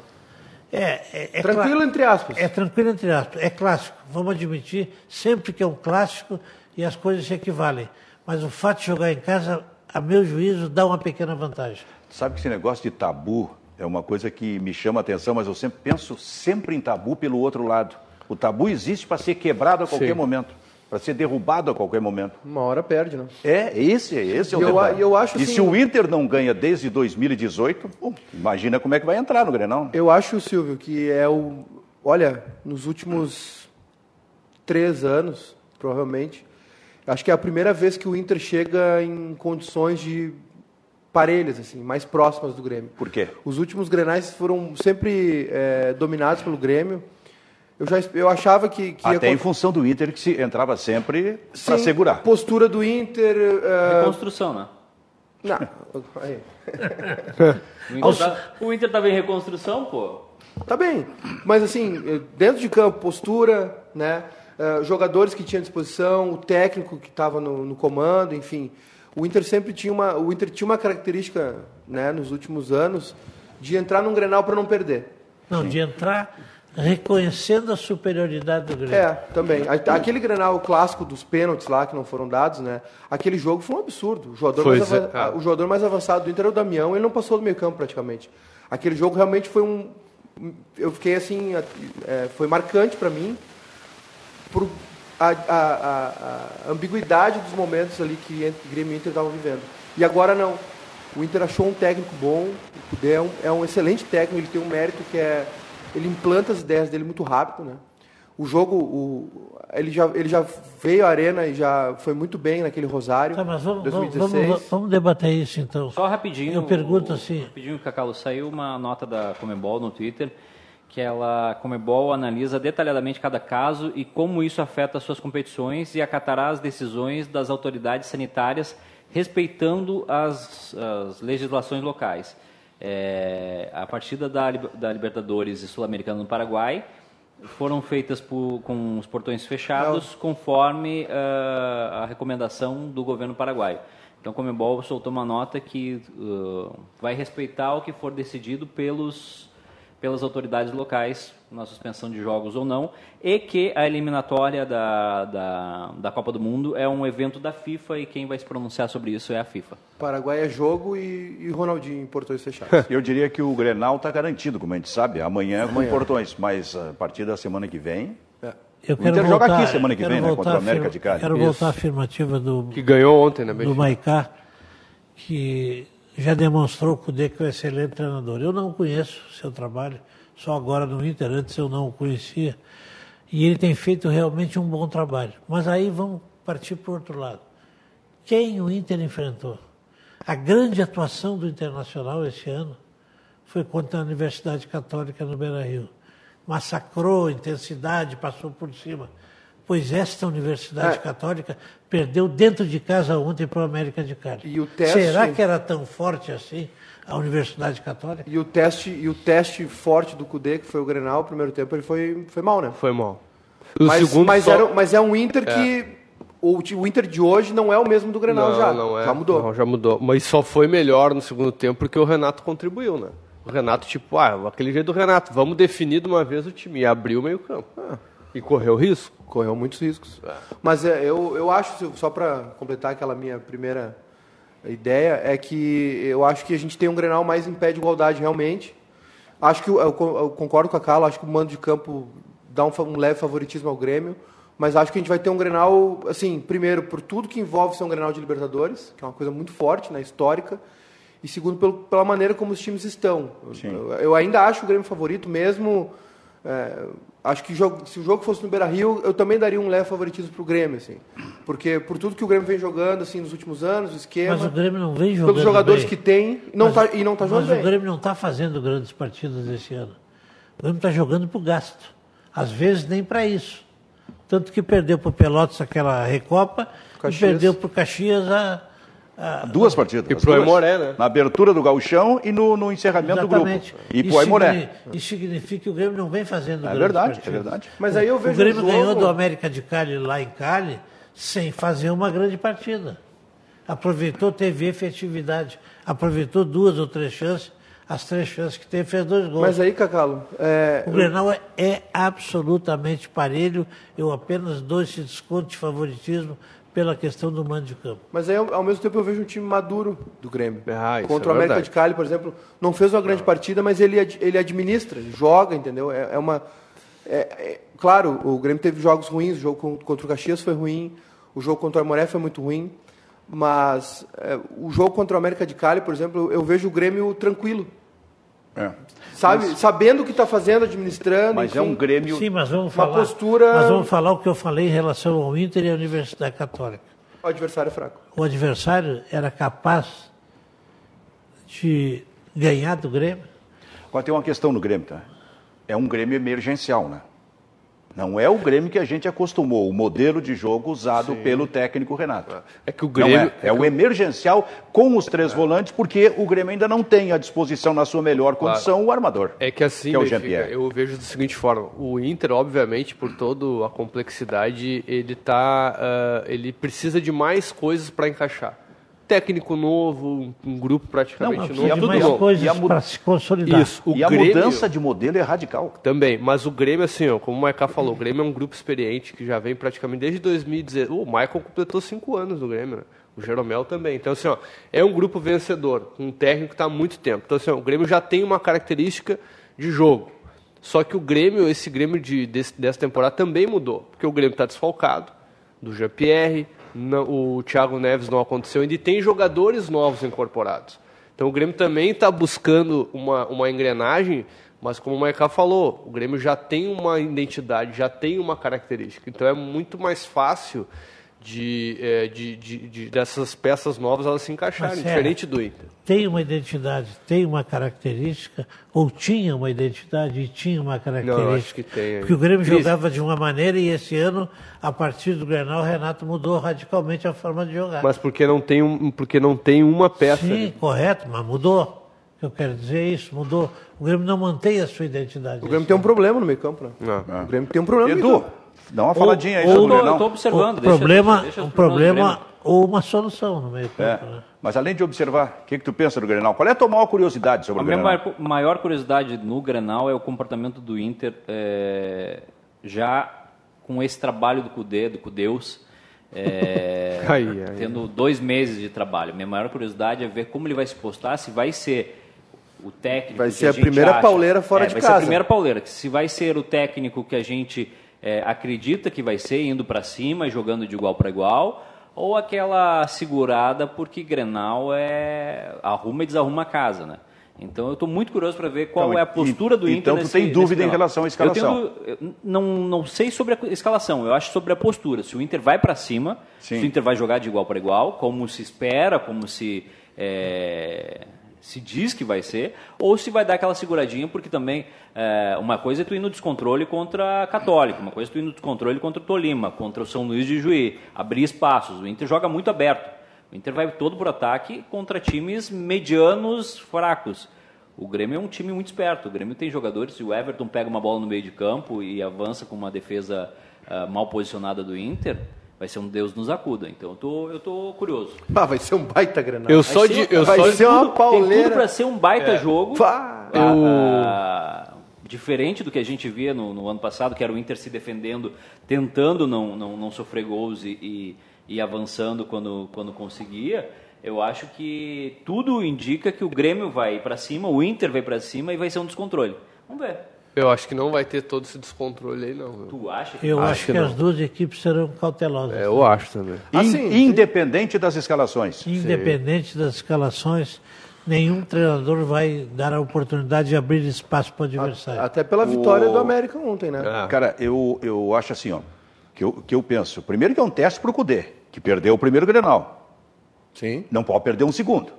[SPEAKER 3] É, é, é
[SPEAKER 2] tranquilo
[SPEAKER 3] cla-
[SPEAKER 2] entre aspas.
[SPEAKER 3] É tranquilo entre aspas. É clássico. Vamos admitir, sempre que é um clássico, e as coisas se equivalem. Mas o fato de jogar em casa, a meu juízo, dá uma pequena vantagem.
[SPEAKER 1] Sabe que esse negócio de tabu é uma coisa que me chama a atenção, mas eu sempre penso sempre em tabu pelo outro lado. O tabu existe para ser quebrado a qualquer
[SPEAKER 5] Sim.
[SPEAKER 1] momento, para ser derrubado a qualquer momento.
[SPEAKER 2] Uma hora perde, né?
[SPEAKER 1] É, esse, esse é o
[SPEAKER 2] E eu
[SPEAKER 1] detalhe.
[SPEAKER 2] a- e eu acho
[SPEAKER 1] e
[SPEAKER 2] assim-
[SPEAKER 1] se o Inter não ganha desde 2018, bom, imagina como é que vai entrar no Grenal.
[SPEAKER 2] Eu acho, Silvio, que é o. Olha, nos últimos três anos, provavelmente, acho que é a primeira vez que o Inter chega em condições de parelhas, assim, mais próximas do Grêmio.
[SPEAKER 1] Por quê?
[SPEAKER 2] Os últimos grenais foram sempre eh, dominados pelo Grêmio. Eu já es- eu achava que, que
[SPEAKER 1] Até em
[SPEAKER 2] acontecer-
[SPEAKER 1] função do Inter que se entrava sempre para
[SPEAKER 2] Sim,
[SPEAKER 1] segurar.
[SPEAKER 2] Postura do Inter. eh,
[SPEAKER 4] Reconstrução, né?
[SPEAKER 2] não, aí.
[SPEAKER 4] O Inter, tá, o Inter tava em reconstrução, pô.
[SPEAKER 2] Tá bem, mas assim, eh, dentro de campo, postura, né? eh, jogadores que tinha à disposição, o técnico que estava no, no comando, enfim. O Inter sempre tinha uma, o Inter tinha uma característica, né, nos últimos anos, de entrar num Grenal para não perder.
[SPEAKER 3] Não, de entrar reconhecendo a superioridade do Grêmio.
[SPEAKER 2] É, também. A- Aquele Grenal clássico dos pênaltis lá que não foram dados, né? Aquele jogo foi um absurdo. O jogador,
[SPEAKER 5] Pois
[SPEAKER 2] mais,
[SPEAKER 5] é,
[SPEAKER 2] ava-
[SPEAKER 5] cara.
[SPEAKER 2] o jogador mais avançado do Inter era o Damião, ele não passou do meio campo praticamente. Aquele jogo realmente foi um eu fiquei assim, a- é, foi marcante pra mim por a, a- a- a ambiguidade dos momentos ali que en- Grêmio e Inter estavam vivendo. E agora não. O Inter achou um técnico bom, o Cudê é um, é um excelente técnico, ele tem um mérito que é. Ele implanta as ideias dele muito rápido, né? O jogo, o- ele, já, ele já veio à arena e já foi muito bem naquele Rosário.
[SPEAKER 3] Tá, mas vamos, vamos,
[SPEAKER 2] 2016.
[SPEAKER 3] vamos, vamos debater isso então.
[SPEAKER 4] Só rapidinho.
[SPEAKER 3] Eu pergunto
[SPEAKER 4] o-
[SPEAKER 3] assim-
[SPEAKER 4] Rapidinho, Cacau, saiu uma nota da Comebol no Twitter que ela, a Comebol analisa detalhadamente cada caso e como isso afeta as suas competições e acatará as decisões das autoridades sanitárias respeitando as, as legislações locais. É, a partida da, Lib- da Libertadores e Sul-Americana no Paraguai foram feitas por- com os portões fechados conforme ah, a recomendação do governo paraguaio. Então, o Comembol soltou uma nota que uh, vai respeitar o que for decidido pelos, pelas autoridades locais na suspensão de jogos ou não, e que a eliminatória da, da, da Copa do Mundo é um evento da FIFA e quem vai se pronunciar sobre isso é a FIFA.
[SPEAKER 2] Paraguai é jogo e, e Ronaldinho em portões fechados.
[SPEAKER 1] Eu diria que o Grenal está garantido, como a gente sabe, amanhã, com portões, mas a partir da semana que vem.
[SPEAKER 3] Eu
[SPEAKER 1] O Inter joga aqui semana que
[SPEAKER 3] quero
[SPEAKER 1] vem, né,
[SPEAKER 3] voltar
[SPEAKER 1] contra o
[SPEAKER 3] à
[SPEAKER 1] América
[SPEAKER 3] afirma-
[SPEAKER 1] de Cali.
[SPEAKER 3] Quero
[SPEAKER 1] Isso.
[SPEAKER 3] voltar à afirmativa
[SPEAKER 1] um-
[SPEAKER 3] do,
[SPEAKER 5] Que ganhou ontem, né,
[SPEAKER 3] do
[SPEAKER 5] Benfica?
[SPEAKER 3] Maicá, que já demonstrou o Cudê que é um excelente treinador. Eu não conheço o seu trabalho, só agora no Inter, antes eu não o conhecia. E ele tem feito realmente um bom trabalho. Mas aí vamos partir para o outro lado. Quem o Inter enfrentou? A grande atuação do Internacional esse ano foi contra a Universidade Católica no Beira-Rio. Massacrou a intensidade, passou por cima. Pois esta Universidade
[SPEAKER 2] É.
[SPEAKER 3] Católica perdeu dentro de casa ontem para o América de Cali.
[SPEAKER 2] E o teste-
[SPEAKER 3] Será que era tão forte assim a Universidade Católica?
[SPEAKER 2] E o teste, e o teste forte do Cudê, que foi o Grenal, o primeiro tempo, ele foi, foi mal, né?
[SPEAKER 5] Foi mal. O
[SPEAKER 2] mas,
[SPEAKER 5] segundo
[SPEAKER 2] mas,
[SPEAKER 5] só-
[SPEAKER 2] era- mas é um Inter que. O, ti- o Inter de hoje não é o mesmo do Grenal já.
[SPEAKER 5] Não é.
[SPEAKER 2] Já mudou.
[SPEAKER 5] Não, já mudou. Mas só foi melhor no segundo tempo porque o Renato contribuiu, né? O Renato, tipo, ah, aquele jeito do Renato, vamos definir de uma vez o time. E abriu o meio-campo.
[SPEAKER 1] Ah.
[SPEAKER 5] E correu risco.
[SPEAKER 2] Correu muitos riscos. Mas é, eu, eu acho, Silvio, só para completar aquela minha primeira ideia, é que eu acho que a gente tem um Grenal mais em pé de igualdade realmente. Acho que o- eu, co- eu concordo com a Carla, acho que o mando de campo dá um, fa- um leve favoritismo ao Grêmio, mas acho que a gente vai ter um Grenal, assim, primeiro, por tudo que envolve ser um Grenal de Libertadores, que é uma coisa muito forte, né, histórica, e segundo, pelo, pela maneira como os times estão.
[SPEAKER 1] Sim.
[SPEAKER 2] Eu, eu ainda acho o Grêmio favorito, mesmo é, acho que jogo- se o jogo fosse no Beira Rio, eu também daria um leve favoritismo pro Grêmio, assim. Porque por tudo que o Grêmio vem jogando assim, nos últimos anos, o esquema,
[SPEAKER 3] Mas o Grêmio não vem jogando
[SPEAKER 2] pelos jogadores
[SPEAKER 3] bem.
[SPEAKER 2] que tem não tá- e não está jogando
[SPEAKER 3] Mas o
[SPEAKER 2] bem.
[SPEAKER 3] Grêmio não está fazendo grandes partidas esse ano. O Grêmio está jogando para o gasto. Às vezes nem para isso. Tanto que perdeu para o Pelotas aquela Recopa
[SPEAKER 2] Caxias.
[SPEAKER 3] e perdeu para o Caxias a.
[SPEAKER 1] Duas partidas.
[SPEAKER 5] E
[SPEAKER 1] as
[SPEAKER 5] pro
[SPEAKER 1] duas.
[SPEAKER 5] Aimoré, né?
[SPEAKER 1] Na abertura do Galchão e no, no encerramento
[SPEAKER 3] Exatamente.
[SPEAKER 1] do grupo. E pro
[SPEAKER 3] isso,
[SPEAKER 1] Aimoré.
[SPEAKER 3] signi- isso significa que o Grêmio não vem fazendo
[SPEAKER 1] É
[SPEAKER 3] grandes
[SPEAKER 1] verdade, é
[SPEAKER 3] partidas.
[SPEAKER 1] verdade.
[SPEAKER 2] Mas aí eu
[SPEAKER 3] O
[SPEAKER 2] vejo
[SPEAKER 3] Grêmio
[SPEAKER 2] um jogo-
[SPEAKER 3] ganhou do América de Cali lá em Cali sem fazer uma grande partida. Aproveitou, teve efetividade. Aproveitou duas ou três chances. As três chances que teve, fez dois gols.
[SPEAKER 2] Mas aí, Cacalo, é,
[SPEAKER 3] O Grenal é, é absolutamente parelho. Eu apenas dou esse desconto de favoritismo pela questão do mando de campo.
[SPEAKER 2] Mas aí, ao ao mesmo tempo, eu vejo um time maduro do Grêmio.
[SPEAKER 5] Ah, isso
[SPEAKER 2] Contra
[SPEAKER 5] é
[SPEAKER 2] o América de
[SPEAKER 5] verdade.
[SPEAKER 2] Cali, por exemplo, não fez uma grande partida, mas ele, ad- ele administra, ele joga, entendeu? É, é uma. é- é- claro, o Grêmio teve jogos ruins, o jogo con- contra o Caxias foi ruim, o jogo contra o Amoré foi muito ruim, mas é, o jogo contra o América de Cali, por exemplo, eu vejo o Grêmio tranquilo,
[SPEAKER 1] É.
[SPEAKER 2] sabe? Sabendo o que está fazendo, administrando.
[SPEAKER 1] Mas é
[SPEAKER 2] enfim.
[SPEAKER 1] um Grêmio.
[SPEAKER 3] Sim, mas vamos
[SPEAKER 2] Uma
[SPEAKER 3] falar.
[SPEAKER 2] postura-
[SPEAKER 3] Mas vamos falar o que eu falei em relação ao Inter e à Universidade Católica.
[SPEAKER 2] O adversário é fraco.
[SPEAKER 3] O adversário era capaz de ganhar do Grêmio.
[SPEAKER 1] Agora tem uma questão no Grêmio, tá? É um Grêmio emergencial, né? Não é o Grêmio que a gente acostumou, o modelo de jogo usado pelo técnico Renato.
[SPEAKER 5] É que o
[SPEAKER 1] Não
[SPEAKER 5] Grêmio.
[SPEAKER 1] é. É o emergencial com os três volantes, porque o Grêmio ainda não tem à disposição, na sua melhor condição, o armador.
[SPEAKER 5] É que assim,
[SPEAKER 1] Que é o
[SPEAKER 5] Benfica,
[SPEAKER 1] Jean-Pierre.
[SPEAKER 5] eu vejo da seguinte forma, o Inter, obviamente, por toda a complexidade, ele tá, ah, ele precisa de mais coisas para encaixar. Técnico novo, um- um grupo praticamente
[SPEAKER 1] Não, mas
[SPEAKER 5] novo. é
[SPEAKER 1] e a
[SPEAKER 3] Precisa de
[SPEAKER 5] tudo
[SPEAKER 3] mais
[SPEAKER 1] mudança?
[SPEAKER 5] novo.
[SPEAKER 1] E a
[SPEAKER 3] coisas
[SPEAKER 1] mu-
[SPEAKER 3] para se consolidar.
[SPEAKER 5] Isso, o
[SPEAKER 1] e a
[SPEAKER 5] Grêmio
[SPEAKER 1] mudança de modelo é radical.
[SPEAKER 5] também, mas o Grêmio, assim, ó, como o Maicá falou, o Grêmio é um grupo experiente que já vem praticamente desde 2016. O Michael completou cinco anos no Grêmio, né? O Jeromel também. Então, assim, ó, é um grupo vencedor, um técnico que está há muito tempo. Então, assim, ó, o Grêmio já tem uma característica de jogo. Só que o Grêmio, esse Grêmio de, desse- dessa temporada também mudou, porque o Grêmio está desfalcado do Jean-Pierre, não- o Thiago Neves não aconteceu ainda, e tem jogadores novos incorporados. Então o Grêmio também está buscando uma, uma engrenagem, mas como o Maicá falou, o Grêmio já tem uma identidade, já tem uma característica. Então é muito mais fácil de, eh, de, de- de- dessas peças novas elas se encaixarem,
[SPEAKER 3] Mas, é.
[SPEAKER 5] diferente do Inter.
[SPEAKER 3] Tem uma identidade, tem uma característica, ou tinha uma identidade e tinha uma característica.
[SPEAKER 5] Não, eu acho que tem aí.
[SPEAKER 3] Porque o Grêmio
[SPEAKER 5] Cris.
[SPEAKER 3] jogava de uma maneira e esse ano, a partir do Grenal, o Renato mudou radicalmente a forma de jogar.
[SPEAKER 5] Mas porque não tem, um, porque não tem uma peça.
[SPEAKER 3] Sim,
[SPEAKER 5] ali.
[SPEAKER 3] correto, mas mudou. O que Eu quero dizer é isso, mudou. O Grêmio não mantém a sua identidade.
[SPEAKER 2] O Grêmio tem um problema no meio campo, né?
[SPEAKER 5] É.
[SPEAKER 2] O Grêmio tem um problema no meio
[SPEAKER 1] Ah. Edu,
[SPEAKER 2] campo.
[SPEAKER 1] dá uma faladinha aí
[SPEAKER 4] Eu
[SPEAKER 1] sobre
[SPEAKER 4] tô-
[SPEAKER 1] o
[SPEAKER 4] eu tô
[SPEAKER 1] Grenal.
[SPEAKER 5] tá
[SPEAKER 4] observando.
[SPEAKER 3] o
[SPEAKER 4] deixa-
[SPEAKER 3] problema,
[SPEAKER 4] deixa os
[SPEAKER 3] um
[SPEAKER 4] problemas do
[SPEAKER 3] problema
[SPEAKER 4] Grêmio.
[SPEAKER 3] ou uma solução no meio
[SPEAKER 1] É.
[SPEAKER 3] campo. né?
[SPEAKER 1] Mas além de observar, o que, que tu pensa do Grenal? Qual é a tua maior curiosidade sobre
[SPEAKER 4] A
[SPEAKER 1] o
[SPEAKER 4] minha
[SPEAKER 1] Grenal?
[SPEAKER 4] maior, maior curiosidade no Grenal é o comportamento do Inter é, já com esse trabalho do Cudê, do Cudeus, é,
[SPEAKER 5] Ai, ai, ai.
[SPEAKER 4] tendo dois meses de trabalho. Minha maior curiosidade é ver como ele vai se postar, se vai ser o técnico
[SPEAKER 2] Vai
[SPEAKER 4] que
[SPEAKER 2] ser a
[SPEAKER 4] gente
[SPEAKER 2] primeira
[SPEAKER 4] acha-
[SPEAKER 2] pauleira fora
[SPEAKER 4] É,
[SPEAKER 2] de
[SPEAKER 4] vai Ser
[SPEAKER 2] casa.
[SPEAKER 4] a primeira pauleira, que se vai ser o técnico que a gente é, acredita que vai ser, indo para cima e jogando de igual para igual, ou aquela segurada porque Grenal é arruma e desarruma a casa, né? Então eu estou muito curioso para ver qual
[SPEAKER 1] Então,
[SPEAKER 4] é a
[SPEAKER 1] e-
[SPEAKER 4] postura do
[SPEAKER 1] então
[SPEAKER 4] Inter.
[SPEAKER 1] tu
[SPEAKER 4] nesse-
[SPEAKER 1] tem
[SPEAKER 4] nesse
[SPEAKER 1] dúvida em
[SPEAKER 4] Grenal.
[SPEAKER 1] relação à escalação?
[SPEAKER 4] Eu tenho, eu não, não sei sobre a escalação, eu acho sobre a postura. Se o Inter vai para cima,
[SPEAKER 1] Sim.
[SPEAKER 4] se o Inter vai jogar de igual para igual, como se espera, como se é, se diz que vai ser, ou se vai dar aquela seguradinha, porque também é, uma coisa é tu ir no descontrole contra a Católica, uma coisa é tu ir no descontrole contra o Tolima, contra o São Luís de Juí, abrir espaços. O Inter joga muito aberto. O Inter vai todo por ataque contra times medianos fracos. O Grêmio é um time muito esperto. O Grêmio tem jogadores. Se o Everton pega uma bola no meio de campo e avança com uma defesa ah, mal posicionada do Inter, vai ser um Deus nos acuda. Então eu tô, eu tô curioso.
[SPEAKER 2] Ah, vai ser um baita Grenal.
[SPEAKER 5] Eu só
[SPEAKER 4] Vai
[SPEAKER 5] de.
[SPEAKER 4] ser-
[SPEAKER 5] Eu
[SPEAKER 2] vai
[SPEAKER 5] só
[SPEAKER 2] ser uma
[SPEAKER 4] Tem
[SPEAKER 2] pauleira.
[SPEAKER 4] tudo para ser um baita jogo.
[SPEAKER 2] Pá!
[SPEAKER 4] Ah, ah, diferente do que a gente via no, no ano passado, que era o Inter se defendendo, tentando não, não, não sofrer gols e, e, e avançando quando, quando conseguia. Eu acho que tudo indica que o Grêmio vai para cima, o Inter vai para cima e vai ser um descontrole. Vamos ver.
[SPEAKER 5] Eu acho que não vai ter todo esse descontrole aí, não. viu?
[SPEAKER 4] Tu acha?
[SPEAKER 3] Eu
[SPEAKER 5] Acho
[SPEAKER 3] acho,
[SPEAKER 5] que
[SPEAKER 3] que,
[SPEAKER 5] não.
[SPEAKER 3] as duas equipes serão cautelosas.
[SPEAKER 5] É, eu acho também.
[SPEAKER 1] In-
[SPEAKER 2] Ah, sim, sim.
[SPEAKER 1] independente das escalações.
[SPEAKER 3] Independente das escalações, nenhum treinador vai dar a oportunidade de abrir espaço para o adversário.
[SPEAKER 2] Até pela vitória
[SPEAKER 1] O- É.
[SPEAKER 2] do América ontem, né?
[SPEAKER 1] Cara,
[SPEAKER 3] é.
[SPEAKER 1] eu, eu acho assim, ó, que eu, que eu penso. Primeiro que é um teste pro Cudê, que perdeu o primeiro Grenal.
[SPEAKER 2] Sim.
[SPEAKER 1] Não pode perder um segundo.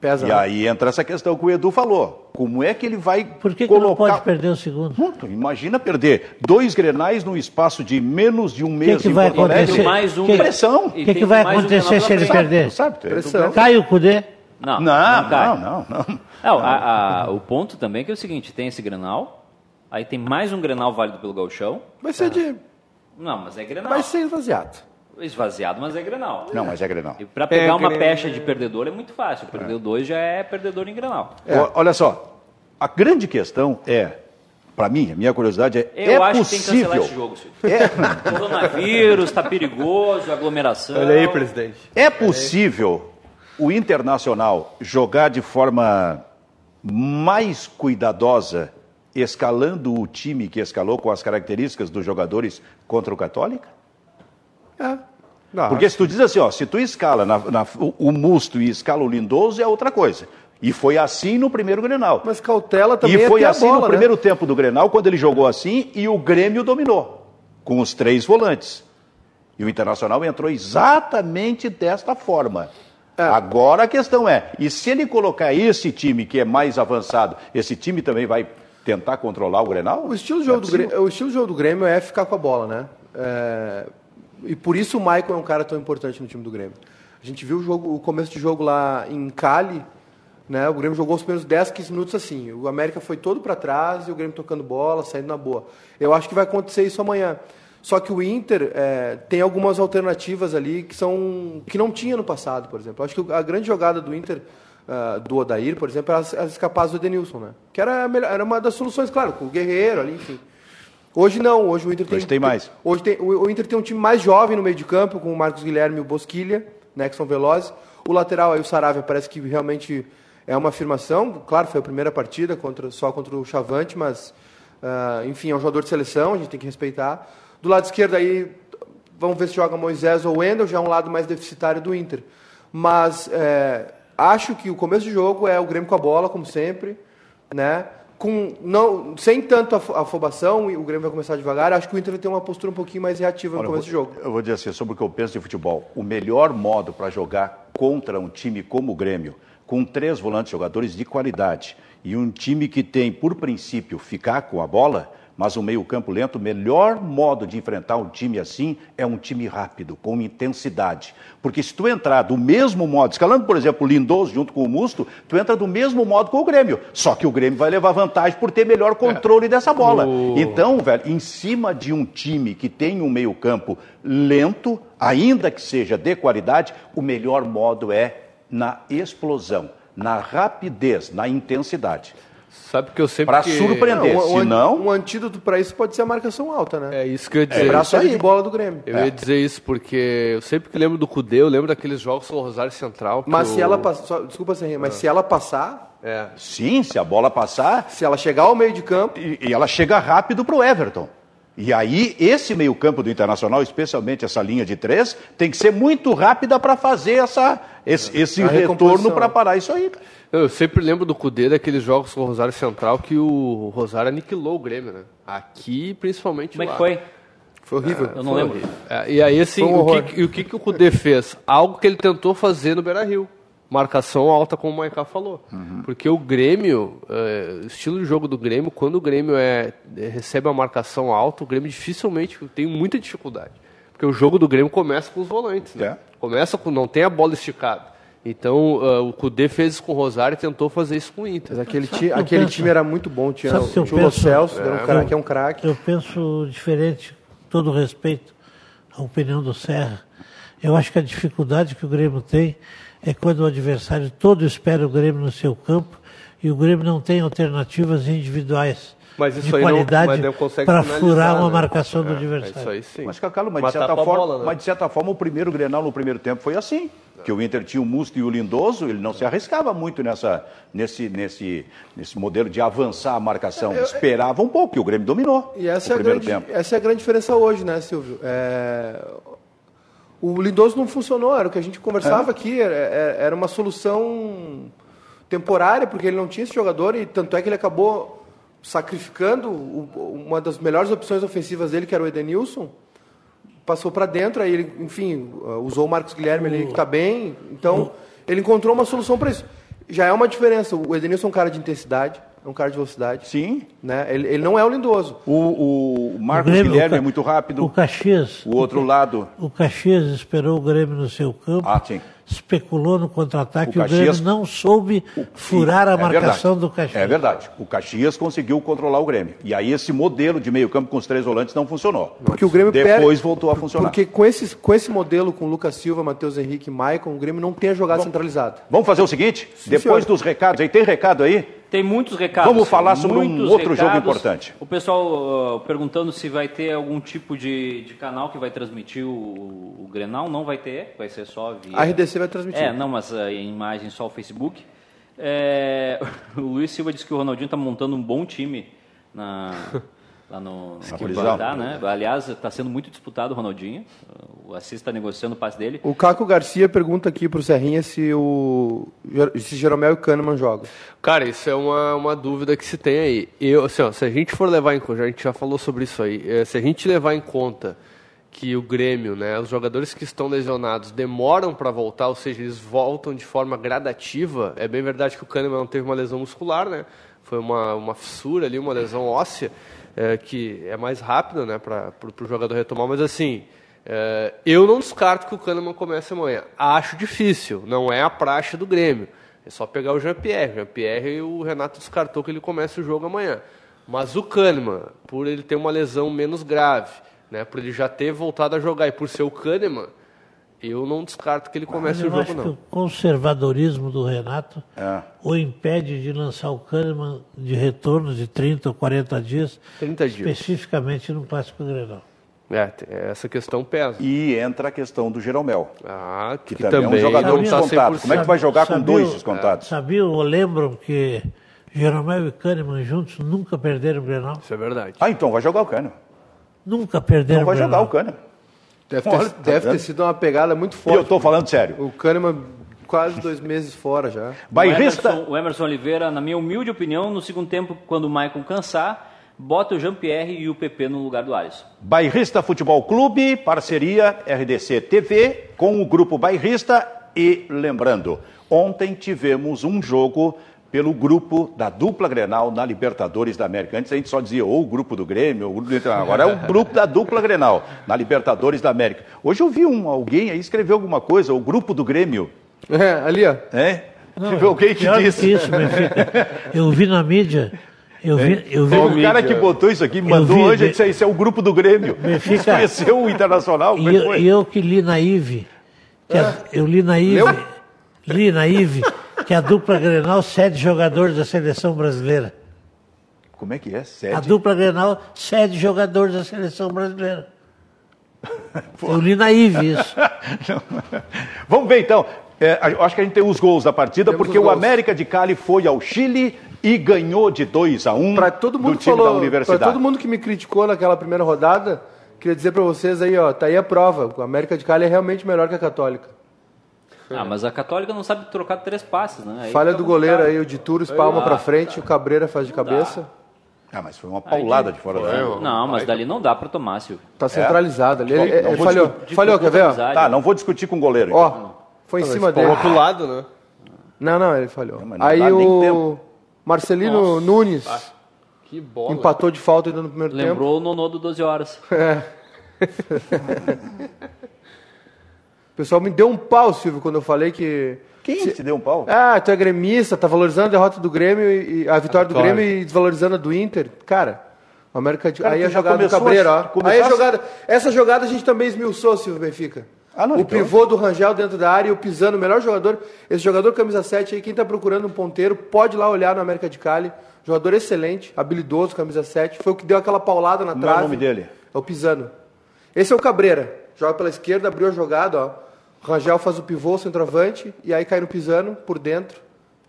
[SPEAKER 2] Pesa.
[SPEAKER 1] E
[SPEAKER 2] né?
[SPEAKER 1] aí entra essa questão que o Edu falou. Como é que ele vai
[SPEAKER 3] Por que, que não
[SPEAKER 1] colocar...
[SPEAKER 3] pode perder o segundo?
[SPEAKER 1] Puta, imagina perder dois Grenais num espaço de menos de um mês
[SPEAKER 3] que
[SPEAKER 1] em
[SPEAKER 3] vai
[SPEAKER 1] Porto Alegre.
[SPEAKER 3] acontecer?
[SPEAKER 4] mais um-
[SPEAKER 3] Que-
[SPEAKER 1] Pressão.
[SPEAKER 4] E
[SPEAKER 3] O que,
[SPEAKER 4] tem
[SPEAKER 3] que vai
[SPEAKER 4] mais um
[SPEAKER 3] acontecer
[SPEAKER 4] Grenal
[SPEAKER 3] se
[SPEAKER 4] pela
[SPEAKER 3] ele
[SPEAKER 4] frente.
[SPEAKER 3] perder?
[SPEAKER 1] Sabe? tu-
[SPEAKER 2] Pressão.
[SPEAKER 3] Cai o Cudê?
[SPEAKER 4] Não,
[SPEAKER 1] Não,
[SPEAKER 4] cai.
[SPEAKER 1] não, não, não.
[SPEAKER 4] Não, a- a- o ponto também é que é o seguinte, tem esse Grenal, aí tem mais um Grenal válido pelo Galchão.
[SPEAKER 2] Vai ser de.
[SPEAKER 4] Não, mas é Grenal.
[SPEAKER 2] Vai ser esvaziado.
[SPEAKER 4] Esvaziado, mas é Grenal.
[SPEAKER 1] Não, mas é Grenal.
[SPEAKER 4] E pra pegar uma
[SPEAKER 5] Grenal.
[SPEAKER 4] pecha de perdedor é muito fácil. Perdeu dois já é perdedor em Grenal.
[SPEAKER 1] O- Olha só, a grande questão é Para mim, a minha curiosidade é,
[SPEAKER 4] Eu
[SPEAKER 1] é
[SPEAKER 4] acho que tem que
[SPEAKER 1] possível...
[SPEAKER 4] cancelar esse jogo, Silvio. Coronavírus, tá perigoso, aglomeração.
[SPEAKER 5] Olha aí, presidente.
[SPEAKER 1] É possível o Internacional jogar de forma mais cuidadosa, escalando o time que escalou com as características dos jogadores contra o Católica?
[SPEAKER 4] Ah.
[SPEAKER 5] Não,
[SPEAKER 1] Porque se tu diz assim, ó, se tu escala na- na- o, o Musto e escala o Lindoso é outra coisa. E foi assim no primeiro Grenal.
[SPEAKER 2] Mas cautela também
[SPEAKER 1] E
[SPEAKER 2] é
[SPEAKER 1] foi
[SPEAKER 2] ter a
[SPEAKER 1] assim
[SPEAKER 2] bola,
[SPEAKER 1] no
[SPEAKER 2] né?
[SPEAKER 1] primeiro tempo do Grenal, quando ele jogou assim e o Grêmio dominou, com os três volantes. E o Internacional entrou exatamente desta forma.
[SPEAKER 2] É.
[SPEAKER 1] Agora a questão é, e se ele colocar esse time que é mais avançado, esse time também vai tentar controlar o Grenal?
[SPEAKER 2] O estilo, de jogo
[SPEAKER 1] É
[SPEAKER 2] do
[SPEAKER 1] possível?
[SPEAKER 2] Grêmio, o estilo de jogo do Grêmio é ficar com a bola, né? É, e por isso o Maicon é um cara tão importante no time do Grêmio. A gente viu o, jogo, o começo de jogo lá em Cali, né? O Grêmio jogou os primeiros 10, 15 minutos assim. O América foi todo para trás e o Grêmio tocando bola, saindo na boa. Eu acho que vai acontecer isso amanhã. Só que o Inter é, tem algumas alternativas ali que são que não tinha no passado, por exemplo. Eu acho que a grande jogada do Inter ah, do Odair, por exemplo, era, era escapar do Edenilson, né? Que era, a melhor- era uma das soluções, claro, com o Guerreiro ali, enfim. Hoje não, hoje o Inter tem.
[SPEAKER 1] Hoje tem mais.
[SPEAKER 2] Hoje tem, o, o Inter tem um time mais jovem no meio de campo, com o Marcos Guilherme e o Bosquilha, né, que são velozes. O lateral aí, o Saravia, parece que realmente é uma afirmação. Claro, foi a primeira partida contra, só contra o Chavante, mas, ah, enfim, é um jogador de seleção, a gente tem que respeitar. Do lado esquerdo aí, Vamos ver se joga Moisés ou Wendel, já é um lado mais deficitário do Inter. Mas é, acho que o começo do jogo é o Grêmio com a bola, como sempre, né? Com, não, sem tanta afo- afobação, e o Grêmio vai começar devagar. Acho que o Inter vai ter uma postura um pouquinho mais reativa
[SPEAKER 1] Olha,
[SPEAKER 2] no
[SPEAKER 1] eu
[SPEAKER 2] começo do
[SPEAKER 1] vou-
[SPEAKER 2] jogo.
[SPEAKER 1] Eu vou dizer assim, sobre o que eu penso de futebol. O melhor modo para jogar contra um time como o Grêmio, com três volantes jogadores de qualidade, e um time que tem, por princípio, ficar com a bola, mas um meio-campo lento, o melhor modo de enfrentar um time assim é um time rápido, com intensidade. Porque se tu entrar do mesmo modo, escalando, por exemplo, o Lindoso junto com o Musto, tu entra do mesmo modo com o Grêmio. Só que o Grêmio vai levar vantagem por ter melhor controle dessa bola.
[SPEAKER 5] O-
[SPEAKER 1] Então, então, velho, em cima de um time que tem um meio-campo lento, ainda que seja de qualidade, o melhor modo é na explosão, na rapidez, na intensidade.
[SPEAKER 5] Sabe que eu sempre.
[SPEAKER 1] Pra
[SPEAKER 5] que-
[SPEAKER 1] surpreender. Entender,
[SPEAKER 2] um,
[SPEAKER 1] se
[SPEAKER 2] an-
[SPEAKER 1] não-
[SPEAKER 2] um antídoto para isso pode ser a marcação alta, né?
[SPEAKER 5] É isso que eu ia dizer.
[SPEAKER 2] Quebrar a
[SPEAKER 1] isso aí.
[SPEAKER 2] saída de bola do Grêmio.
[SPEAKER 5] Eu ia dizer isso porque eu sempre que lembro do Cudê, eu lembro daqueles jogos com o Rosário Central. que
[SPEAKER 2] Mas
[SPEAKER 5] o-
[SPEAKER 2] se ela passar, desculpa, Serrinha, mas se ela passar,
[SPEAKER 5] É.
[SPEAKER 1] Sim, se a bola passar,
[SPEAKER 2] se ela chegar ao meio de campo,
[SPEAKER 1] e, e ela chega rápido para o Everton. E aí, esse meio-campo do Internacional, especialmente essa linha de três, tem que ser muito rápida para fazer essa, esse, esse
[SPEAKER 2] É, A
[SPEAKER 1] retorno
[SPEAKER 2] recomposição.
[SPEAKER 1] para parar isso aí. cara.
[SPEAKER 5] Não, Eu sempre lembro do Cudê daqueles jogos com o Rosário Central que o Rosário aniquilou o Grêmio, né? Aqui, principalmente
[SPEAKER 4] Como é
[SPEAKER 5] lá.
[SPEAKER 4] que foi?
[SPEAKER 2] foi horrível.
[SPEAKER 4] Eu não lembro.
[SPEAKER 5] É, e aí, assim,
[SPEAKER 2] Foi um
[SPEAKER 5] o que,
[SPEAKER 2] horror.
[SPEAKER 5] que- e o que, que o Cudê fez? Algo que ele tentou fazer no Beira-Rio. Marcação alta, como o Maiká falou. Porque o Grêmio, é, o estilo de jogo do Grêmio, quando o Grêmio é, é, recebe uma marcação alta, o Grêmio dificilmente tem muita dificuldade. Porque o jogo do Grêmio começa com os volantes, né?
[SPEAKER 1] É.
[SPEAKER 5] Começa com... não tem a bola esticada. Então, é, o Cudê fez isso com o Rosário e tentou fazer isso com o Inter.
[SPEAKER 2] Mas aquele, ti-
[SPEAKER 3] eu
[SPEAKER 2] aquele
[SPEAKER 3] penso?
[SPEAKER 2] time era muito bom, tinha
[SPEAKER 3] Sabe o que eu
[SPEAKER 2] o Chulo
[SPEAKER 3] penso?
[SPEAKER 2] Celso, era um cara
[SPEAKER 3] Eu-
[SPEAKER 2] que é um craque.
[SPEAKER 3] Eu penso diferente, com todo respeito à opinião do Serra. Eu acho que a dificuldade que o Grêmio tem é quando o adversário todo espera o Grêmio no seu campo e o Grêmio não tem alternativas individuais
[SPEAKER 5] Mas isso
[SPEAKER 3] de
[SPEAKER 5] aí não- mas
[SPEAKER 3] qualidade
[SPEAKER 5] não consegue
[SPEAKER 3] para
[SPEAKER 5] finalizar,
[SPEAKER 3] furar uma
[SPEAKER 5] né?
[SPEAKER 3] marcação
[SPEAKER 5] É,
[SPEAKER 3] do
[SPEAKER 5] é
[SPEAKER 3] adversário.
[SPEAKER 5] isso aí sim.
[SPEAKER 1] Mas, Cacalo, mas, de
[SPEAKER 5] Mas
[SPEAKER 1] certa
[SPEAKER 5] tapa a
[SPEAKER 1] forma,
[SPEAKER 5] bola, né?
[SPEAKER 1] mas de certa forma o primeiro Grenal no primeiro tempo foi assim. Que o Inter tinha o Musto e o Lindoso, ele não se arriscava muito nessa, nesse, nesse, nesse modelo de avançar a marcação. Esperava um pouco, que o Grêmio dominou
[SPEAKER 2] É, E essa
[SPEAKER 1] o
[SPEAKER 2] é, a
[SPEAKER 1] primeiro
[SPEAKER 2] grande,
[SPEAKER 1] tempo.
[SPEAKER 2] essa é a grande diferença hoje, né, Silvio? É, O Lindoso não funcionou, era o que a gente
[SPEAKER 1] É.
[SPEAKER 2] conversava aqui, era, era- era uma solução temporária, porque ele não tinha esse jogador, e tanto é que ele acabou sacrificando o- uma das melhores opções ofensivas dele, que era o Edenilson, passou para dentro, aí ele, enfim, uh, usou o Marcos Guilherme ali, que está bem, então ele encontrou uma solução para isso. Já é uma diferença, o Edenilson é um cara de intensidade, é um cara de velocidade,
[SPEAKER 1] Sim.
[SPEAKER 2] né? ele, ele não é o Lindoso.
[SPEAKER 1] O, o
[SPEAKER 3] O
[SPEAKER 1] Marcos
[SPEAKER 3] Grêmio-
[SPEAKER 1] Guilherme
[SPEAKER 3] o
[SPEAKER 1] é
[SPEAKER 3] Ca-
[SPEAKER 1] muito rápido.
[SPEAKER 3] O Caxias,
[SPEAKER 1] O outro lado.
[SPEAKER 3] o Caxias esperou o Grêmio no seu campo.
[SPEAKER 1] Ah, sim.
[SPEAKER 3] Especulou no contra-ataque
[SPEAKER 1] O
[SPEAKER 3] e o Grêmio
[SPEAKER 1] Caxias-
[SPEAKER 3] não soube furar a
[SPEAKER 1] É verdade.
[SPEAKER 3] marcação do Caxias.
[SPEAKER 1] É verdade. O Caxias conseguiu controlar o Grêmio. E aí esse modelo de meio campo com os três volantes não funcionou.
[SPEAKER 2] Porque o Grêmio
[SPEAKER 1] Depois
[SPEAKER 2] perde-
[SPEAKER 1] voltou a funcionar.
[SPEAKER 2] Porque com, esses, com esse modelo, com Lucas Silva, Matheus Henrique e Maicon, o Grêmio não tem a jogada centralizada.
[SPEAKER 1] Vamos fazer o seguinte? depois
[SPEAKER 2] senhor.
[SPEAKER 1] dos recados aí, tem recado aí?
[SPEAKER 4] Tem muitos recados.
[SPEAKER 1] Vamos falar sobre um
[SPEAKER 4] muitos
[SPEAKER 1] outro jogo importante.
[SPEAKER 4] O pessoal ah, perguntando se vai ter algum tipo de, de canal que vai transmitir o, o Grenal. Não vai ter, vai ser só via...
[SPEAKER 2] A RDC vai transmitir.
[SPEAKER 4] É, não, mas ah, em imagem só o Facebook. É, o Luiz Silva disse que o Ronaldinho está montando um bom time na, lá no, no
[SPEAKER 1] prisão.
[SPEAKER 4] Canadá, né? Aliás, está sendo muito disputado o Ronaldinho. O Assis está negociando o passe dele.
[SPEAKER 2] O Caco Garcia pergunta aqui pro Serrinha se o se Jeromel e Kahneman jogam.
[SPEAKER 5] Cara, isso é uma, uma dúvida que se tem aí. Eu, assim, ó, se a gente for levar em conta, a gente já falou sobre isso aí, eh, se a gente levar em conta que o Grêmio, né, os jogadores que estão lesionados demoram para voltar, ou seja, eles voltam de forma gradativa, é bem verdade que o Kahneman não teve uma lesão muscular, né? Foi uma, uma fissura ali, uma lesão óssea, eh, que é mais rápida, né, para o jogador retomar, mas assim, eh, eu não descarto que o Kahneman comece amanhã. Acho difícil, não é a praxe do Grêmio. É só pegar o Jean-Pierre. Jean-Pierre, o Renato descartou que ele começa o jogo amanhã. Mas o Kahneman, por ele ter uma lesão menos grave, né, por ele já ter voltado a jogar e por ser o Kahneman, eu não descarto que ele comece
[SPEAKER 3] Eu
[SPEAKER 5] o
[SPEAKER 3] acho
[SPEAKER 5] jogo,
[SPEAKER 3] que
[SPEAKER 5] não.
[SPEAKER 3] o conservadorismo do Renato
[SPEAKER 1] É.
[SPEAKER 3] o impede de lançar o Kahneman de retorno de 30 ou 40 dias,
[SPEAKER 5] 30 dias.
[SPEAKER 3] especificamente no Clássico Grenal.
[SPEAKER 5] É, te- essa questão pesa.
[SPEAKER 1] E entra a questão do Jeromel.
[SPEAKER 5] Ah, que,
[SPEAKER 1] Que também é um
[SPEAKER 5] também
[SPEAKER 1] jogador
[SPEAKER 5] não tá
[SPEAKER 1] descontado.
[SPEAKER 5] 100%.
[SPEAKER 1] Como é que vai jogar com dois descontados?
[SPEAKER 3] Sabia ou lembram que Jeromel e Kahneman juntos nunca perderam o Grenal?
[SPEAKER 5] Isso é verdade.
[SPEAKER 1] Ah, então vai jogar o Cano.
[SPEAKER 3] Nunca perderam
[SPEAKER 1] Então vai
[SPEAKER 3] o
[SPEAKER 1] jogar
[SPEAKER 3] Grenal.
[SPEAKER 1] o Cano.
[SPEAKER 2] Deve
[SPEAKER 1] Olha,
[SPEAKER 2] ter,
[SPEAKER 1] tá
[SPEAKER 2] deve ter
[SPEAKER 1] vendo?
[SPEAKER 2] sido uma pegada muito
[SPEAKER 1] E
[SPEAKER 2] forte.
[SPEAKER 1] eu estou falando sério.
[SPEAKER 2] O Kahneman quase dois meses fora já.
[SPEAKER 4] o,
[SPEAKER 1] Bairrista.
[SPEAKER 4] Emerson, o Emerson Oliveira, na minha humilde opinião, no segundo tempo, quando o Maicon cansar, bota o Jean-Pierre e o PP no lugar do Alisson.
[SPEAKER 1] Bairrista Futebol Clube, parceria RDC TV com o grupo Bairrista e lembrando, ontem tivemos um jogo pelo grupo da dupla Grenal na Libertadores da América. Antes a gente só dizia ou o grupo do Grêmio, ou o grupo do... agora é o grupo da dupla Grenal na Libertadores da América. Hoje eu vi um alguém aí escreveu alguma coisa, o grupo do Grêmio,
[SPEAKER 2] É, ali, ó.
[SPEAKER 1] né? Tive alguém que
[SPEAKER 3] Pior do
[SPEAKER 1] disse.
[SPEAKER 3] que isso, meu filho. Eu vi na mídia, eu vi, eu vi
[SPEAKER 1] Teve
[SPEAKER 3] na
[SPEAKER 1] um cara que botou isso aqui, mandou
[SPEAKER 3] vi,
[SPEAKER 1] hoje,
[SPEAKER 3] me-
[SPEAKER 1] disse, isso é o grupo do Grêmio.
[SPEAKER 3] fica-
[SPEAKER 1] Desconheceu o Internacional. como é
[SPEAKER 3] E
[SPEAKER 1] que
[SPEAKER 3] eu,
[SPEAKER 1] foi? Ah,
[SPEAKER 3] e eu que li na IVE, que a- eu li na IVE, li na IVE que a dupla Grenal cede jogadores da seleção brasileira.
[SPEAKER 1] Como é que é?
[SPEAKER 3] A
[SPEAKER 1] Sede?
[SPEAKER 3] dupla Grenal cede jogadores da seleção brasileira. Eu li na IVE isso.
[SPEAKER 1] Não. Vamos ver então. É, a- eu acho que a gente tem os gols da partida,
[SPEAKER 2] Temos
[SPEAKER 1] porque
[SPEAKER 2] os
[SPEAKER 1] o
[SPEAKER 2] gols.
[SPEAKER 1] América de Cali foi ao Chile e ganhou de 2 a 1 um
[SPEAKER 2] Pra todo mundo
[SPEAKER 1] do
[SPEAKER 2] que
[SPEAKER 1] time da
[SPEAKER 2] falou, pra
[SPEAKER 1] Universidade.
[SPEAKER 2] todo mundo que me criticou naquela primeira rodada, queria dizer pra vocês aí, ó, tá aí a prova. O América de Cali é realmente melhor que a Católica.
[SPEAKER 4] Ah, mas a Católica não sabe trocar três passes, né? Aí
[SPEAKER 2] Falha
[SPEAKER 1] tá
[SPEAKER 2] do
[SPEAKER 4] fica
[SPEAKER 2] goleiro
[SPEAKER 4] complicado.
[SPEAKER 2] aí, o de Turos, palma pra frente, o Cabreira faz de cabeça.
[SPEAKER 1] Ah, mas foi uma paulada de fora da área.
[SPEAKER 4] Não, mas dali não dá pra tomar, Silvio.
[SPEAKER 2] Tá centralizado ali. Ele,
[SPEAKER 1] Não, É? Tipo, não
[SPEAKER 2] ele
[SPEAKER 1] vou
[SPEAKER 2] falhou,
[SPEAKER 1] discutir.
[SPEAKER 2] falhou, quer ver? Ó,
[SPEAKER 4] Amizade.
[SPEAKER 1] Tá, não vou discutir com o goleiro. então.
[SPEAKER 2] ó foi em cima
[SPEAKER 5] Pro
[SPEAKER 2] dele.
[SPEAKER 5] outro lado, né?
[SPEAKER 2] Não, não, ele falhou.
[SPEAKER 1] mas não dá
[SPEAKER 2] Aí
[SPEAKER 1] nem
[SPEAKER 2] o
[SPEAKER 1] tempo.
[SPEAKER 2] Marcelino Nunes
[SPEAKER 5] Que bola.
[SPEAKER 2] empatou de falta ainda no primeiro tempo.
[SPEAKER 4] Lembrou o Nonô do 12 horas.
[SPEAKER 2] O pessoal me deu um pau, Silvio, quando eu falei que...
[SPEAKER 1] Quem te deu um pau?
[SPEAKER 2] Ah, tu é gremista, tá valorizando a derrota do Grêmio e e- a vitória do
[SPEAKER 5] vitória.
[SPEAKER 2] Grêmio e desvalorizando a do Inter. Cara, o América de...
[SPEAKER 1] Cara,
[SPEAKER 2] aí
[SPEAKER 1] tu
[SPEAKER 2] a
[SPEAKER 1] já
[SPEAKER 2] jogada do
[SPEAKER 1] começou a-
[SPEAKER 2] Cabreiro, ó.
[SPEAKER 1] começasse-
[SPEAKER 2] Aí a jogada, essa jogada a gente também esmiuçou, Silvio Benfica.
[SPEAKER 1] Ah, não,
[SPEAKER 2] o
[SPEAKER 1] então.
[SPEAKER 2] pivô do Rangel dentro da área e o Pisano, o melhor jogador. Esse jogador camisa 7 aí, quem tá procurando um ponteiro, pode ir lá olhar no América de Cali. Jogador excelente, habilidoso, camisa 7. Foi o que deu aquela paulada na
[SPEAKER 1] Como é o
[SPEAKER 2] trave.
[SPEAKER 1] nome dele?
[SPEAKER 2] É o Pisano. Esse é o Cabreira. Joga pela esquerda, abriu a jogada, ó. Rangel faz o pivô, o centroavante, e aí cai no Pisano, por dentro.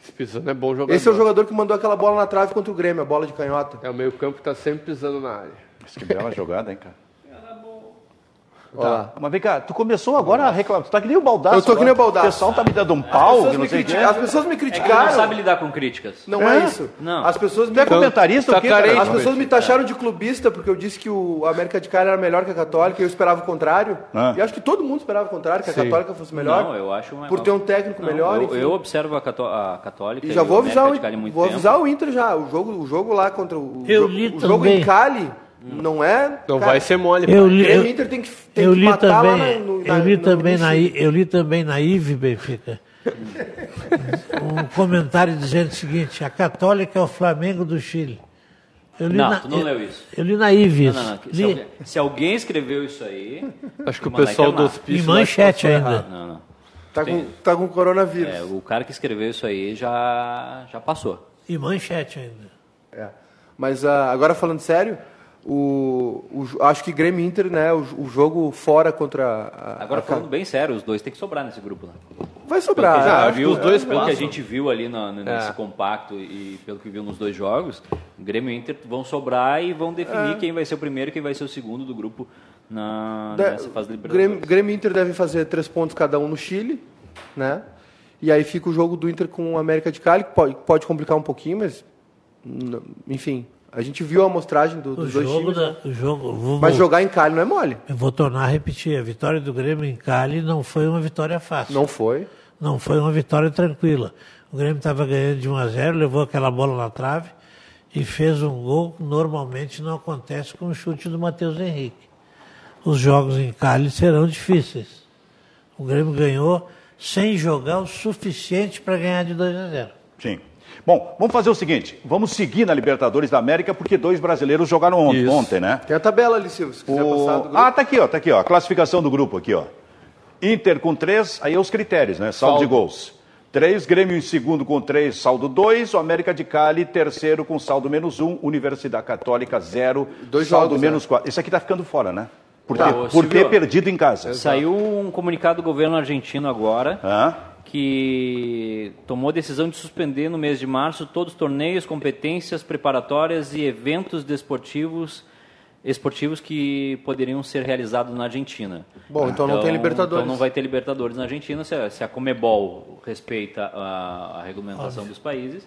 [SPEAKER 5] Esse pisando é bom jogador.
[SPEAKER 2] Esse é o jogador que mandou aquela bola na trave contra o Grêmio, a bola de canhota.
[SPEAKER 5] É o meio campo que tá sempre pisando na área.
[SPEAKER 1] Mas Que bela jogada, hein, cara. Tá,
[SPEAKER 2] Olha lá.
[SPEAKER 1] Mas vem cá, tu começou agora a reclamar. Tu tá que nem o Baldaço.
[SPEAKER 2] Eu tô que nem o
[SPEAKER 1] agora.
[SPEAKER 2] Baldasso.
[SPEAKER 1] O pessoal tá me dando um
[SPEAKER 2] As
[SPEAKER 1] pau,
[SPEAKER 2] pessoas,
[SPEAKER 1] que
[SPEAKER 2] me
[SPEAKER 1] não sei o quê.
[SPEAKER 2] criti- as pessoas me
[SPEAKER 4] É que ele não
[SPEAKER 2] criticaram.
[SPEAKER 4] sabe lidar com críticas.
[SPEAKER 2] não é,
[SPEAKER 1] É?
[SPEAKER 2] isso.
[SPEAKER 4] Não.
[SPEAKER 2] As pessoas me
[SPEAKER 1] Tu é comentarista
[SPEAKER 5] tá
[SPEAKER 1] ou o quê, cara?
[SPEAKER 5] carente,
[SPEAKER 2] As pessoas me taxaram de clubista porque eu disse que o América de Cali era melhor que a Católica e eu esperava o contrário.
[SPEAKER 1] Ah.
[SPEAKER 2] E acho que todo mundo esperava o contrário, que a Católica fosse melhor.
[SPEAKER 4] Não, eu acho uma-
[SPEAKER 2] Por ter um técnico
[SPEAKER 4] Não,
[SPEAKER 2] melhor.
[SPEAKER 4] Eu,
[SPEAKER 2] enfim.
[SPEAKER 4] eu observo a, cató a Católica.
[SPEAKER 2] E já vou avisar,
[SPEAKER 4] América é de Cali há
[SPEAKER 2] o,
[SPEAKER 4] muito
[SPEAKER 2] vou
[SPEAKER 4] tempo.
[SPEAKER 2] avisar o Inter já. O jogo, o jogo lá contra o, o
[SPEAKER 3] Eu
[SPEAKER 2] jo-
[SPEAKER 3] li
[SPEAKER 2] o jogo
[SPEAKER 3] também.
[SPEAKER 2] em Cali não é.
[SPEAKER 5] Não
[SPEAKER 2] cara,
[SPEAKER 5] vai ser mole.
[SPEAKER 3] Eu
[SPEAKER 5] pai.
[SPEAKER 3] li,
[SPEAKER 2] Grêmio
[SPEAKER 3] eu-
[SPEAKER 2] e Inter tem que, tem
[SPEAKER 3] eu
[SPEAKER 2] que
[SPEAKER 3] li
[SPEAKER 2] matar lá
[SPEAKER 3] também,
[SPEAKER 2] na- no- na-
[SPEAKER 3] eu li
[SPEAKER 2] no-
[SPEAKER 3] também
[SPEAKER 2] no-
[SPEAKER 3] na, I- eu li também na IVE, Benfica, um comentário dizendo o seguinte, a Católica é o Flamengo do Chile. Eu li
[SPEAKER 4] Não,
[SPEAKER 3] na-
[SPEAKER 4] tu não
[SPEAKER 3] eu-
[SPEAKER 4] leu isso.
[SPEAKER 3] Eu li na IVE
[SPEAKER 4] Não, não, não.
[SPEAKER 3] isso.
[SPEAKER 4] Se,
[SPEAKER 3] Li-
[SPEAKER 4] alguém, se alguém escreveu isso aí.
[SPEAKER 5] Acho que o
[SPEAKER 4] vou mandar
[SPEAKER 5] pessoal
[SPEAKER 4] internar.
[SPEAKER 5] dos
[SPEAKER 3] Em
[SPEAKER 5] pisos...
[SPEAKER 3] manchete ainda.
[SPEAKER 4] Não, não.
[SPEAKER 2] Tá com, tá com coronavírus.
[SPEAKER 4] É, o cara que escreveu isso aí já, já passou.
[SPEAKER 3] E manchete ainda.
[SPEAKER 2] É. Mas ah, agora falando sério, o, o jo- acho que Grêmio e Inter, né? O, jo- o jogo fora contra a,
[SPEAKER 4] Agora,
[SPEAKER 2] a-
[SPEAKER 4] falando bem sério, os dois têm que sobrar nesse grupo, né? Pelo
[SPEAKER 2] vai
[SPEAKER 4] que a
[SPEAKER 2] sobrar.
[SPEAKER 4] gente
[SPEAKER 5] Ah,
[SPEAKER 2] né?
[SPEAKER 4] já
[SPEAKER 5] acho que
[SPEAKER 4] viu,
[SPEAKER 5] os dois
[SPEAKER 4] pelo que a
[SPEAKER 5] passam.
[SPEAKER 4] gente viu ali na- na- nesse
[SPEAKER 5] É.
[SPEAKER 4] compacto e pelo que viu nos dois jogos, Grêmio e Inter vão sobrar e vão
[SPEAKER 5] É.
[SPEAKER 4] definir quem vai ser o primeiro e quem vai ser o segundo do grupo na,
[SPEAKER 2] Da-
[SPEAKER 4] nessa fase de
[SPEAKER 2] Grêmio,
[SPEAKER 4] Libertadores.
[SPEAKER 2] Grêmio e Inter devem fazer três pontos cada um no Chile, né? E aí fica o jogo do Inter com o América de Cali, que pode, pode complicar um pouquinho, mas n- enfim, a gente viu a amostragem do-
[SPEAKER 3] O
[SPEAKER 2] dos dois
[SPEAKER 3] jogo,
[SPEAKER 2] times.
[SPEAKER 4] né?
[SPEAKER 3] da, o jogo vou,
[SPEAKER 2] Mas
[SPEAKER 3] vou-
[SPEAKER 2] jogar em Cali não é mole.
[SPEAKER 3] eu vou tornar a repetir, a vitória do Grêmio em Cali não foi uma vitória fácil.
[SPEAKER 2] Não foi.
[SPEAKER 3] Não foi uma vitória tranquila. O Grêmio estava ganhando de 1 a 0, levou aquela bola na trave e fez um gol que normalmente não acontece com o chute do Matheus Henrique. Os jogos em Cali serão difíceis. O Grêmio ganhou sem jogar o suficiente para ganhar de 2 a 0.
[SPEAKER 1] Sim. Bom, vamos fazer o seguinte: vamos seguir na Libertadores da América, porque dois brasileiros jogaram on-
[SPEAKER 5] Isso.
[SPEAKER 1] ontem, né?
[SPEAKER 2] Tem a tabela ali, Silvio, se quiser
[SPEAKER 1] O-
[SPEAKER 2] passar do grupo.
[SPEAKER 1] Ah, tá aqui, ó, tá aqui, ó. A classificação do grupo aqui, ó. Inter com três, aí é os critérios, né? Saldo, de
[SPEAKER 5] Saldo.
[SPEAKER 1] gols. Três, Grêmio em segundo com três, saldo dois, o América de Cali, terceiro com saldo menos um, Universidade Católica zero,
[SPEAKER 2] Dois
[SPEAKER 1] saldo
[SPEAKER 2] jogos, né?
[SPEAKER 1] menos quatro. Esse aqui tá ficando fora, né? Por,
[SPEAKER 4] Tá,
[SPEAKER 1] ter,
[SPEAKER 4] ô,
[SPEAKER 1] por
[SPEAKER 4] Silvio,
[SPEAKER 1] ter perdido em casa.
[SPEAKER 4] Saiu um comunicado do governo argentino agora.
[SPEAKER 1] Hã?
[SPEAKER 4] que tomou a decisão de suspender no mês de março todos os torneios, competências preparatórias e eventos desportivos esportivos que poderiam ser realizados na Argentina.
[SPEAKER 2] Bom, então não tem Libertadores.
[SPEAKER 4] Então não vai ter Libertadores na Argentina. Se a, se a Comebol respeita a, a regulamentação dos países,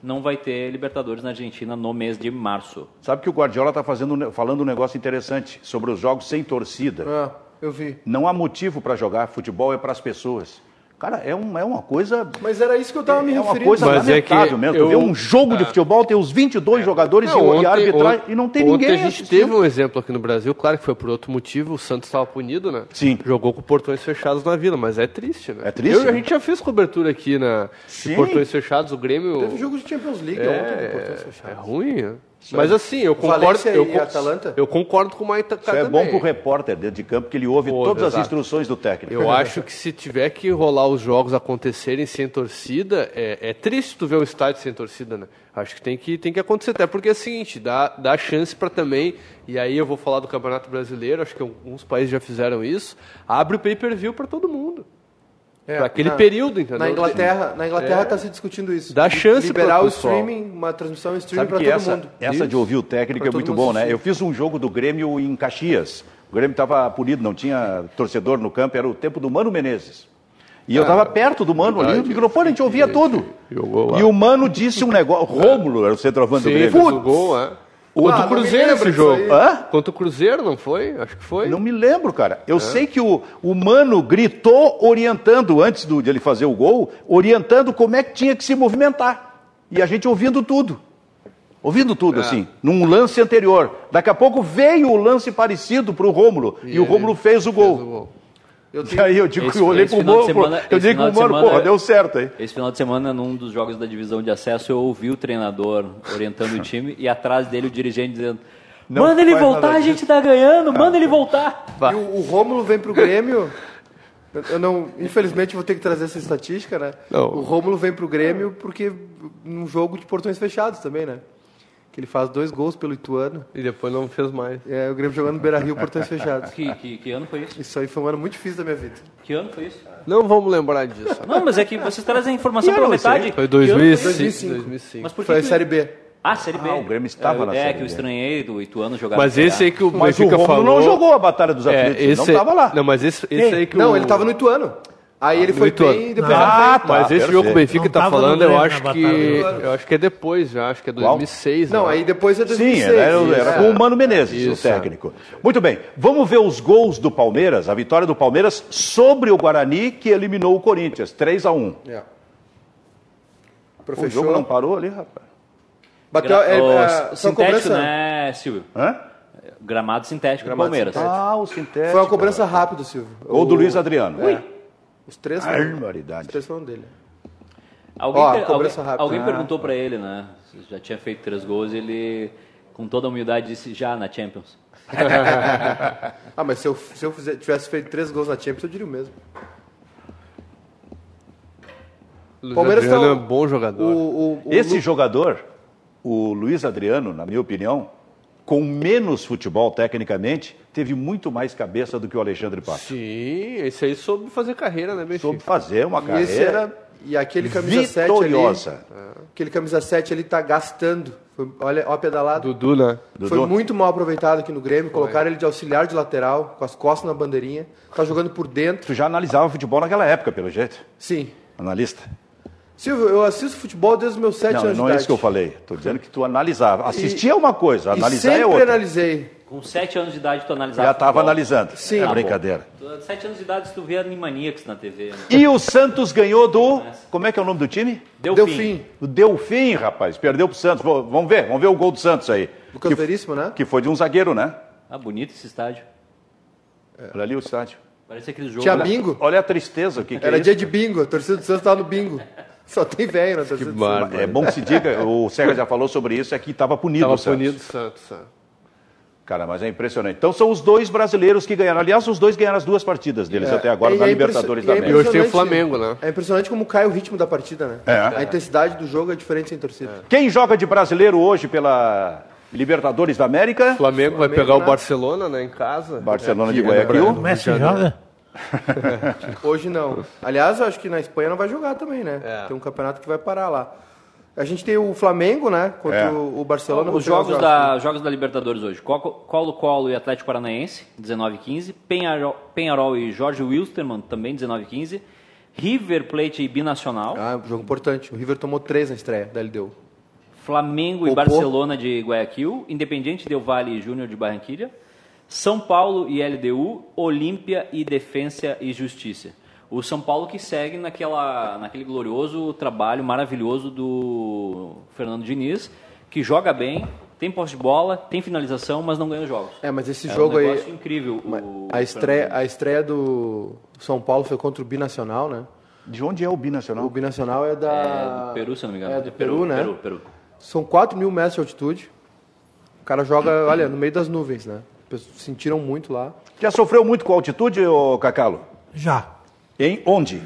[SPEAKER 4] não vai ter Libertadores na Argentina no mês de março.
[SPEAKER 1] Sabe que o Guardiola tá fazendo, um ne- falando um negócio interessante sobre os jogos sem torcida.
[SPEAKER 2] Ah, eu vi.
[SPEAKER 1] Não há motivo para jogar, futebol é para as pessoas. Cara, é, um, é uma coisa
[SPEAKER 2] Mas era isso que eu tava me
[SPEAKER 1] É uma
[SPEAKER 2] referindo.
[SPEAKER 1] coisa
[SPEAKER 5] Mas é
[SPEAKER 1] lamentável
[SPEAKER 5] que
[SPEAKER 1] mesmo. Tu
[SPEAKER 5] eu- Ah.
[SPEAKER 1] vê
[SPEAKER 5] É.
[SPEAKER 1] um jogo de futebol, tem os 22 jogadores e, o- e a arbitragem
[SPEAKER 5] ontem-
[SPEAKER 1] e não tem
[SPEAKER 5] ontem
[SPEAKER 1] ninguém
[SPEAKER 5] a gente
[SPEAKER 1] assistindo.
[SPEAKER 5] teve um exemplo aqui no Brasil, claro que foi por outro motivo, o Santos estava punido, né?
[SPEAKER 1] Sim.
[SPEAKER 5] Jogou com portões fechados na vila, mas é triste, né?
[SPEAKER 1] É triste,
[SPEAKER 5] Eu-
[SPEAKER 1] né?
[SPEAKER 5] A gente já fez cobertura aqui na
[SPEAKER 1] Sim.
[SPEAKER 5] de portões fechados, o Grêmio.
[SPEAKER 2] Teve jogo de Champions League
[SPEAKER 5] é,
[SPEAKER 2] ontem, né? no Portão
[SPEAKER 5] é
[SPEAKER 2] Fechado.
[SPEAKER 5] ruim, né? Mas assim, eu concordo.
[SPEAKER 2] Valência
[SPEAKER 5] eu,
[SPEAKER 2] e
[SPEAKER 5] con-
[SPEAKER 2] Atalanta?
[SPEAKER 5] eu concordo com o Maitacá
[SPEAKER 1] Isso é
[SPEAKER 5] também.
[SPEAKER 1] bom pro repórter dentro de campo, que ele ouve
[SPEAKER 5] Ouve,
[SPEAKER 1] todas as
[SPEAKER 5] exato.
[SPEAKER 1] instruções do técnico.
[SPEAKER 5] Eu acho que se tiver que rolar os jogos acontecerem sem torcida, é, é triste tu ver o estádio sem torcida, né? Acho que tem que, tem que acontecer. Até porque é o seguinte, dá, dá chance para também, e aí eu vou falar do Campeonato Brasileiro, acho que alguns países já fizeram isso, abre o pay-per-view para todo mundo.
[SPEAKER 2] É,
[SPEAKER 5] Pra aquele
[SPEAKER 2] na-
[SPEAKER 5] período, entendeu?
[SPEAKER 2] Na Inglaterra, na Inglaterra tá se discutindo isso.
[SPEAKER 5] Dá chance pra
[SPEAKER 2] Liberar o
[SPEAKER 5] pessoal.
[SPEAKER 2] streaming, uma transmissão em streaming
[SPEAKER 1] Sabe
[SPEAKER 2] para
[SPEAKER 1] que
[SPEAKER 2] todo
[SPEAKER 1] essa,
[SPEAKER 2] mundo.
[SPEAKER 1] essa de ouvir o técnico
[SPEAKER 2] Pra
[SPEAKER 1] é
[SPEAKER 2] todo
[SPEAKER 1] muito
[SPEAKER 2] mundo
[SPEAKER 1] bom, né?
[SPEAKER 2] assistir.
[SPEAKER 1] Eu fiz um jogo do Grêmio em Caxias. O Grêmio estava punido, não tinha torcedor no campo, era o tempo do Mano Menezes. E
[SPEAKER 5] Ah,
[SPEAKER 1] eu estava perto do Mano ali, o microfone, a gente ouvia tudo.
[SPEAKER 5] Jogou lá.
[SPEAKER 1] E o Mano disse um negócio. Rômulo era o centroavante do
[SPEAKER 5] Sim,
[SPEAKER 1] Grêmio.
[SPEAKER 5] fez o gol, é. O
[SPEAKER 2] Ah,
[SPEAKER 5] do
[SPEAKER 2] não me
[SPEAKER 5] Cruzeiro
[SPEAKER 2] lembro
[SPEAKER 5] esse
[SPEAKER 2] disso aí.
[SPEAKER 5] jogo.
[SPEAKER 1] Hã?
[SPEAKER 5] Contra o Cruzeiro, não foi? Acho que foi.
[SPEAKER 1] Não me lembro, cara.
[SPEAKER 5] É.
[SPEAKER 1] Eu sei que o, o Mano gritou orientando, antes do, de ele fazer o gol, orientando como é que tinha que se movimentar. E a gente ouvindo tudo. Ouvindo
[SPEAKER 5] É.
[SPEAKER 1] tudo, assim, num lance anterior. Daqui a pouco veio o lance parecido pro Rômulo. E, o
[SPEAKER 5] ele
[SPEAKER 1] Rômulo fez o
[SPEAKER 5] Fez o
[SPEAKER 1] gol.
[SPEAKER 5] gol.
[SPEAKER 2] Eu tenho-
[SPEAKER 1] E aí eu digo,
[SPEAKER 4] Esse-
[SPEAKER 1] eu olhei
[SPEAKER 4] esse
[SPEAKER 1] pro
[SPEAKER 4] final de
[SPEAKER 1] Mano, pô,
[SPEAKER 4] semana-
[SPEAKER 1] eu
[SPEAKER 4] esse
[SPEAKER 1] dei com
[SPEAKER 4] final
[SPEAKER 1] o
[SPEAKER 4] de
[SPEAKER 1] Mano,
[SPEAKER 4] semana- é
[SPEAKER 1] porra, deu certo aí.
[SPEAKER 4] Esse final de semana, num dos jogos da divisão de acesso, eu ouvi o treinador orientando o time e atrás dele o dirigente dizendo:
[SPEAKER 1] Não
[SPEAKER 4] Manda ele
[SPEAKER 1] faz nada
[SPEAKER 4] voltar, a gente tá ganhando, manda ele voltar.
[SPEAKER 5] Vai.
[SPEAKER 2] E o, o Rômulo vem pro Grêmio. Eu- Eu não, infelizmente vou ter que trazer essa estatística, né?
[SPEAKER 5] Não.
[SPEAKER 2] O Rômulo vem pro Grêmio porque num jogo de portões fechados também, né? Que ele faz dois gols pelo Ituano.
[SPEAKER 5] E depois não fez mais.
[SPEAKER 2] É, o Grêmio jogando no Beira Rio, portões fechados.
[SPEAKER 4] Que, que, que ano foi isso?
[SPEAKER 2] Isso aí foi um ano muito difícil da minha vida.
[SPEAKER 4] Que ano foi isso?
[SPEAKER 5] Não vamos lembrar disso.
[SPEAKER 4] Não, mas é que vocês trazem a informação
[SPEAKER 1] Que
[SPEAKER 4] pela
[SPEAKER 1] ano isso aí?
[SPEAKER 4] metade.
[SPEAKER 5] Foi
[SPEAKER 4] Que ano foi isso?
[SPEAKER 5] 2005. 2005.
[SPEAKER 4] Mas por que
[SPEAKER 2] Foi a
[SPEAKER 4] que-
[SPEAKER 2] Série B.
[SPEAKER 4] Ah, Série B.
[SPEAKER 1] Ah, o Grêmio estava
[SPEAKER 4] é,
[SPEAKER 1] na
[SPEAKER 4] é,
[SPEAKER 1] Série
[SPEAKER 4] que
[SPEAKER 1] B.
[SPEAKER 4] eu estranhei do Ituano jogar
[SPEAKER 5] Mas
[SPEAKER 4] na
[SPEAKER 5] esse aí que o
[SPEAKER 1] Mas o
[SPEAKER 5] Benfica
[SPEAKER 1] Rômulo
[SPEAKER 5] falou...
[SPEAKER 1] não jogou a Batalha dos
[SPEAKER 5] É,
[SPEAKER 1] Aflitos,
[SPEAKER 5] esse,
[SPEAKER 1] não estava lá.
[SPEAKER 5] Não, mas esse, esse aí que o...
[SPEAKER 2] Não, ele tava no Ituano. Aí ele foi
[SPEAKER 5] Ituano.
[SPEAKER 2] bem e depois
[SPEAKER 1] Ah,
[SPEAKER 2] ele foi-
[SPEAKER 1] tá,
[SPEAKER 5] Mas esse jogo que o
[SPEAKER 1] perfeito.
[SPEAKER 5] Benfica
[SPEAKER 3] Não
[SPEAKER 5] tá
[SPEAKER 3] tava no
[SPEAKER 5] falando, eu
[SPEAKER 3] Grêmio
[SPEAKER 5] acho
[SPEAKER 3] na
[SPEAKER 5] que...
[SPEAKER 3] batalha.
[SPEAKER 5] Eu acho que é depois, eu acho que é 2006.
[SPEAKER 2] Não,
[SPEAKER 5] né?
[SPEAKER 2] aí depois é 2006.
[SPEAKER 1] Sim, era, era,
[SPEAKER 2] É. isso.
[SPEAKER 1] com o Mano Menezes, o
[SPEAKER 5] Isso.
[SPEAKER 1] técnico. Muito bem, vamos ver os gols do Palmeiras, a vitória do Palmeiras sobre o Guarani, que eliminou o Corinthians, 3 a 1
[SPEAKER 2] É.
[SPEAKER 1] O jogo
[SPEAKER 2] Professor,
[SPEAKER 1] não parou ali, rapaz?
[SPEAKER 2] bateu, é, é, são
[SPEAKER 4] sintético,
[SPEAKER 2] cobrança-
[SPEAKER 4] né, Silvio?
[SPEAKER 1] Hã?
[SPEAKER 4] Gramado sintético do Palmeiras.
[SPEAKER 2] Tá,
[SPEAKER 1] Ah, o sintético.
[SPEAKER 2] Foi uma cobrança rápida, Silvio.
[SPEAKER 1] Gol do
[SPEAKER 2] O-
[SPEAKER 1] Luiz Adriano. É,
[SPEAKER 2] É. Os três foram, os
[SPEAKER 1] Barbaridade.
[SPEAKER 2] três foram dele.
[SPEAKER 4] Alguém,
[SPEAKER 2] Ó,
[SPEAKER 4] per- alguém,
[SPEAKER 2] cobrança rápida.
[SPEAKER 4] alguém
[SPEAKER 2] Ah,
[SPEAKER 4] perguntou pra ele, né? se Já tinha feito três gols e ele, com toda a humildade, disse já na Champions.
[SPEAKER 2] Ah, mas se eu, se eu fizer- tivesse feito três gols na Champions, eu diria o mesmo.
[SPEAKER 5] Luiz
[SPEAKER 2] Palmeiras
[SPEAKER 5] Adriano
[SPEAKER 2] tá-
[SPEAKER 5] é um bom jogador.
[SPEAKER 2] O, o, o
[SPEAKER 1] Esse
[SPEAKER 2] Lu-
[SPEAKER 1] jogador, o Luiz Adriano, na minha opinião, com menos futebol tecnicamente, teve muito mais cabeça do que o Alexandre
[SPEAKER 5] Tá.
[SPEAKER 1] Pato.
[SPEAKER 5] Sim, esse aí soube fazer carreira, né, Benfica?
[SPEAKER 1] Soube fazer uma
[SPEAKER 2] e esse
[SPEAKER 1] carreira
[SPEAKER 2] era- e aquele camisa 7 ali,
[SPEAKER 1] é vitoriosa.
[SPEAKER 2] aquele camisa 7 ele tá gastando. Foi- olha, ó a pedalada.
[SPEAKER 5] Dudu, né?
[SPEAKER 2] Foi
[SPEAKER 1] Dudu?
[SPEAKER 2] muito mal aproveitado aqui no Grêmio, colocaram ele de auxiliar de lateral, com as costas na bandeirinha, tá jogando por dentro.
[SPEAKER 1] Tu já analisava futebol naquela época, pelo jeito.
[SPEAKER 2] Sim.
[SPEAKER 1] Analista.
[SPEAKER 2] Silvio, eu assisto futebol desde os meus 7
[SPEAKER 1] Não,
[SPEAKER 2] anos
[SPEAKER 1] não
[SPEAKER 2] de
[SPEAKER 1] é
[SPEAKER 2] idade.
[SPEAKER 1] isso que eu falei. Estou dizendo que tu analisava. Assistir é uma coisa,
[SPEAKER 2] e
[SPEAKER 1] analisar
[SPEAKER 2] sempre
[SPEAKER 1] é outra.
[SPEAKER 2] analisei.
[SPEAKER 4] Com 7 anos de idade tu analisava.
[SPEAKER 1] Já estava
[SPEAKER 4] futebol.
[SPEAKER 1] analisando.
[SPEAKER 2] Sim.
[SPEAKER 1] É
[SPEAKER 2] Tá bom.
[SPEAKER 1] brincadeira.
[SPEAKER 4] Tu- Sete anos de idade tu vê Animaniacs na TV. né?
[SPEAKER 1] E o Santos ganhou do. Como é que é o nome do time?
[SPEAKER 4] Deu,
[SPEAKER 2] Deu
[SPEAKER 4] fim.
[SPEAKER 2] fim.
[SPEAKER 1] O Delfim, rapaz. Perdeu pro Santos. Vô- Vamos ver, vamos ver o gol do Santos aí.
[SPEAKER 2] Lucas Veríssimo, né?
[SPEAKER 1] Que foi de um zagueiro, né?
[SPEAKER 4] Ah, bonito esse estádio.
[SPEAKER 2] É.
[SPEAKER 1] Olha ali o estádio.
[SPEAKER 4] Parece aquele jogo.
[SPEAKER 2] Tinha
[SPEAKER 4] né?
[SPEAKER 2] bingo.
[SPEAKER 1] Olha a tristeza, o que, que é
[SPEAKER 2] Era
[SPEAKER 1] isso?
[SPEAKER 2] dia de bingo, a torcida do Santos tava no bingo. Só tem velho na torcida do Santos.
[SPEAKER 5] bárbaro.
[SPEAKER 1] É bom que se diga, o Serra já falou sobre isso, é que estava punido
[SPEAKER 5] Tava
[SPEAKER 1] o Santos.
[SPEAKER 5] punido o Santos. né?
[SPEAKER 1] Cara, mas é impressionante. Então são os dois brasileiros que ganharam. Aliás, os dois ganharam as duas partidas deles até agora
[SPEAKER 2] E
[SPEAKER 1] na
[SPEAKER 2] é impressi-
[SPEAKER 1] Libertadores
[SPEAKER 2] e
[SPEAKER 1] da
[SPEAKER 2] é
[SPEAKER 1] América.
[SPEAKER 5] E hoje tem o
[SPEAKER 2] impressionante-
[SPEAKER 5] Flamengo, né?
[SPEAKER 2] É impressionante como cai o ritmo da partida, né?
[SPEAKER 1] É.
[SPEAKER 2] A intensidade do jogo é diferente sem torcida.
[SPEAKER 1] Quem joga de brasileiro hoje pela Libertadores da América?
[SPEAKER 5] O Flamengo vai
[SPEAKER 2] Flamengo,
[SPEAKER 5] pegar o
[SPEAKER 2] né?
[SPEAKER 5] Barcelona, né, em casa.
[SPEAKER 1] Barcelona de
[SPEAKER 5] Aqui, né,
[SPEAKER 1] Guayaquil.
[SPEAKER 5] no
[SPEAKER 3] O Messi
[SPEAKER 5] Rio de Janeiro.
[SPEAKER 3] joga?
[SPEAKER 1] É.
[SPEAKER 2] Hoje não. Aliás, eu acho que na Espanha não vai jogar também, né?
[SPEAKER 5] É.
[SPEAKER 2] Tem um campeonato que vai parar lá. A gente tem o Flamengo, né? Contra
[SPEAKER 1] É.
[SPEAKER 2] o o Barcelona.
[SPEAKER 4] Os
[SPEAKER 2] Vou pegar
[SPEAKER 4] jogos da, jogos da Libertadores hoje. Colo- Colo-Colo e Atlético Paranaense, 19 e 15. Penharol, Penharol e Jorge Wilstermann, também 19 e 15. River Plate e Binacional.
[SPEAKER 2] Ah, um jogo importante. O River tomou três na estreia da LDU.
[SPEAKER 4] Flamengo
[SPEAKER 2] Popô.
[SPEAKER 4] e Barcelona de Guayaquil. Independiente Del Valle e Júnior de Barranquilla. São Paulo e LDU. Olímpia e Defensa e Justiça. O São Paulo que segue naquela, naquele glorioso trabalho maravilhoso do Fernando Diniz, que joga bem, tem posse de bola, tem finalização, mas não ganha os jogos.
[SPEAKER 2] É, mas esse
[SPEAKER 4] É um
[SPEAKER 2] jogo aí.
[SPEAKER 4] negócio incrível.
[SPEAKER 2] Ma-
[SPEAKER 4] o-
[SPEAKER 2] A estreia, a estreia do São Paulo foi contra o Binacional, né?
[SPEAKER 1] De onde é o Binacional?
[SPEAKER 2] O Binacional é da.
[SPEAKER 4] É do Peru, se eu não me
[SPEAKER 2] É
[SPEAKER 4] engano.
[SPEAKER 2] do Peru, né?
[SPEAKER 4] Peru, Peru.
[SPEAKER 2] São 4 mil metros de altitude. O cara joga, olha, no meio das nuvens, né? Pessoas Sentiram muito lá.
[SPEAKER 1] Já sofreu muito com a altitude, ô Cacalo?
[SPEAKER 3] Já.
[SPEAKER 1] Em onde?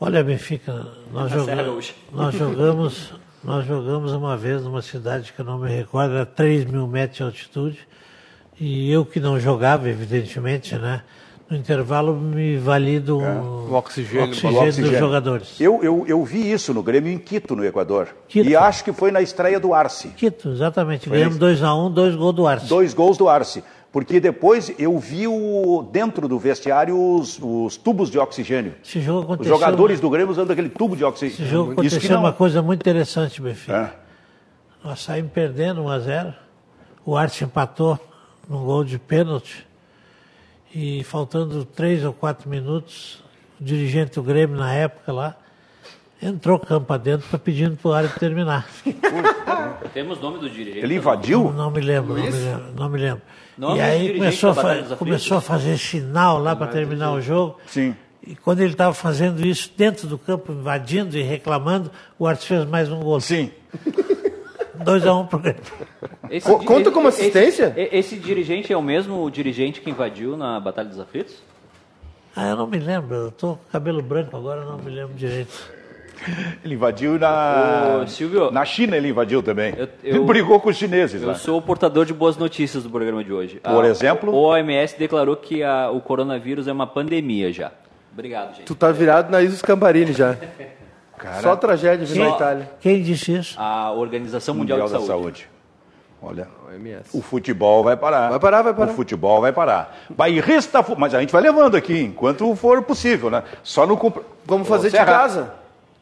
[SPEAKER 3] Olha, Benfica, nós
[SPEAKER 4] Serra
[SPEAKER 3] jogamos,
[SPEAKER 4] Gaúcha.
[SPEAKER 3] nós jogamos, nós jogamos uma vez numa cidade que eu não me recordo, era 3 mil metros de altitude, e eu que não jogava, evidentemente, né? No intervalo me valido um
[SPEAKER 5] É, O oxigênio,
[SPEAKER 3] oxigênio
[SPEAKER 5] o
[SPEAKER 3] dos
[SPEAKER 1] oxigênio.
[SPEAKER 3] jogadores.
[SPEAKER 1] Eu, eu, eu vi isso no Grêmio em Quito, no Equador.
[SPEAKER 3] Quito.
[SPEAKER 1] E acho que foi na estreia do Arce.
[SPEAKER 3] Quito, exatamente. Ganhamos 2x1, dois gols do Arce.
[SPEAKER 1] Dois gols do Arce. Porque depois eu vi o, dentro do vestiário os, os tubos de oxigênio.
[SPEAKER 3] Esse jogo
[SPEAKER 1] Os
[SPEAKER 3] aconteceu.
[SPEAKER 1] jogadores do Grêmio usando aquele tubo de
[SPEAKER 3] Esse jogo
[SPEAKER 1] oxigênio. Isso que
[SPEAKER 3] aconteceu
[SPEAKER 1] não.
[SPEAKER 3] uma coisa muito interessante, Benfica.
[SPEAKER 1] É.
[SPEAKER 3] Nós saímos perdendo 1 a 0 O Arce empatou num gol de pênalti. E faltando três ou quatro minutos, o dirigente do Grêmio na época lá entrou campo adentro pra pedindo pro árbitro terminar.
[SPEAKER 4] Temos nome do direito.
[SPEAKER 1] Ele invadiu?
[SPEAKER 3] Não me lembro, não me lembro. não me lembro.
[SPEAKER 4] Nome
[SPEAKER 3] e
[SPEAKER 4] do
[SPEAKER 3] aí
[SPEAKER 4] é dirigente
[SPEAKER 3] começou a,
[SPEAKER 4] da
[SPEAKER 3] fa-
[SPEAKER 4] Batalha dos é
[SPEAKER 3] começou a fazer sinal lá para terminar o jogo.
[SPEAKER 1] Sim.
[SPEAKER 3] E quando ele estava fazendo isso dentro do campo, invadindo e reclamando, o Arce fez mais um gol.
[SPEAKER 1] Sim.
[SPEAKER 3] 2 a 1 um pro Grêmio.
[SPEAKER 4] Esse
[SPEAKER 2] Co-
[SPEAKER 4] di-
[SPEAKER 2] conta como
[SPEAKER 4] esse-
[SPEAKER 2] assistência?
[SPEAKER 4] Esse, esse dirigente é o mesmo dirigente que invadiu na Batalha dos Aflitos?
[SPEAKER 3] Ah, eu não me lembro, eu tô com cabelo branco agora, não me lembro direito.
[SPEAKER 1] Ele invadiu na.
[SPEAKER 4] Ô, Silvio.
[SPEAKER 1] Na China ele invadiu também.
[SPEAKER 4] Eu- eu-
[SPEAKER 1] Brigou com os chineses
[SPEAKER 4] Eu
[SPEAKER 1] lá.
[SPEAKER 4] sou o portador de boas notícias do programa de hoje.
[SPEAKER 1] Por
[SPEAKER 4] A-
[SPEAKER 1] exemplo?
[SPEAKER 4] O OMS declarou que a- o coronavírus é uma pandemia já. Obrigado, gente.
[SPEAKER 2] Tu tá virado na Isis Cambarini já.
[SPEAKER 1] Cara,
[SPEAKER 2] Só tragédia vir na Itália.
[SPEAKER 3] Quem disse isso?
[SPEAKER 4] A Organização Mundial,
[SPEAKER 1] Mundial,
[SPEAKER 4] de
[SPEAKER 1] da
[SPEAKER 4] Saúde. É
[SPEAKER 1] Saúde. Olha.
[SPEAKER 2] OMS.
[SPEAKER 1] O futebol vai parar.
[SPEAKER 2] Vai parar, vai parar.
[SPEAKER 1] O futebol vai parar. Bairrista. fu- Mas a gente vai levando aqui, enquanto for possível, né? Só no. compro-
[SPEAKER 2] Vamos
[SPEAKER 1] Ô,
[SPEAKER 2] fazer de
[SPEAKER 1] Serra,
[SPEAKER 2] casa.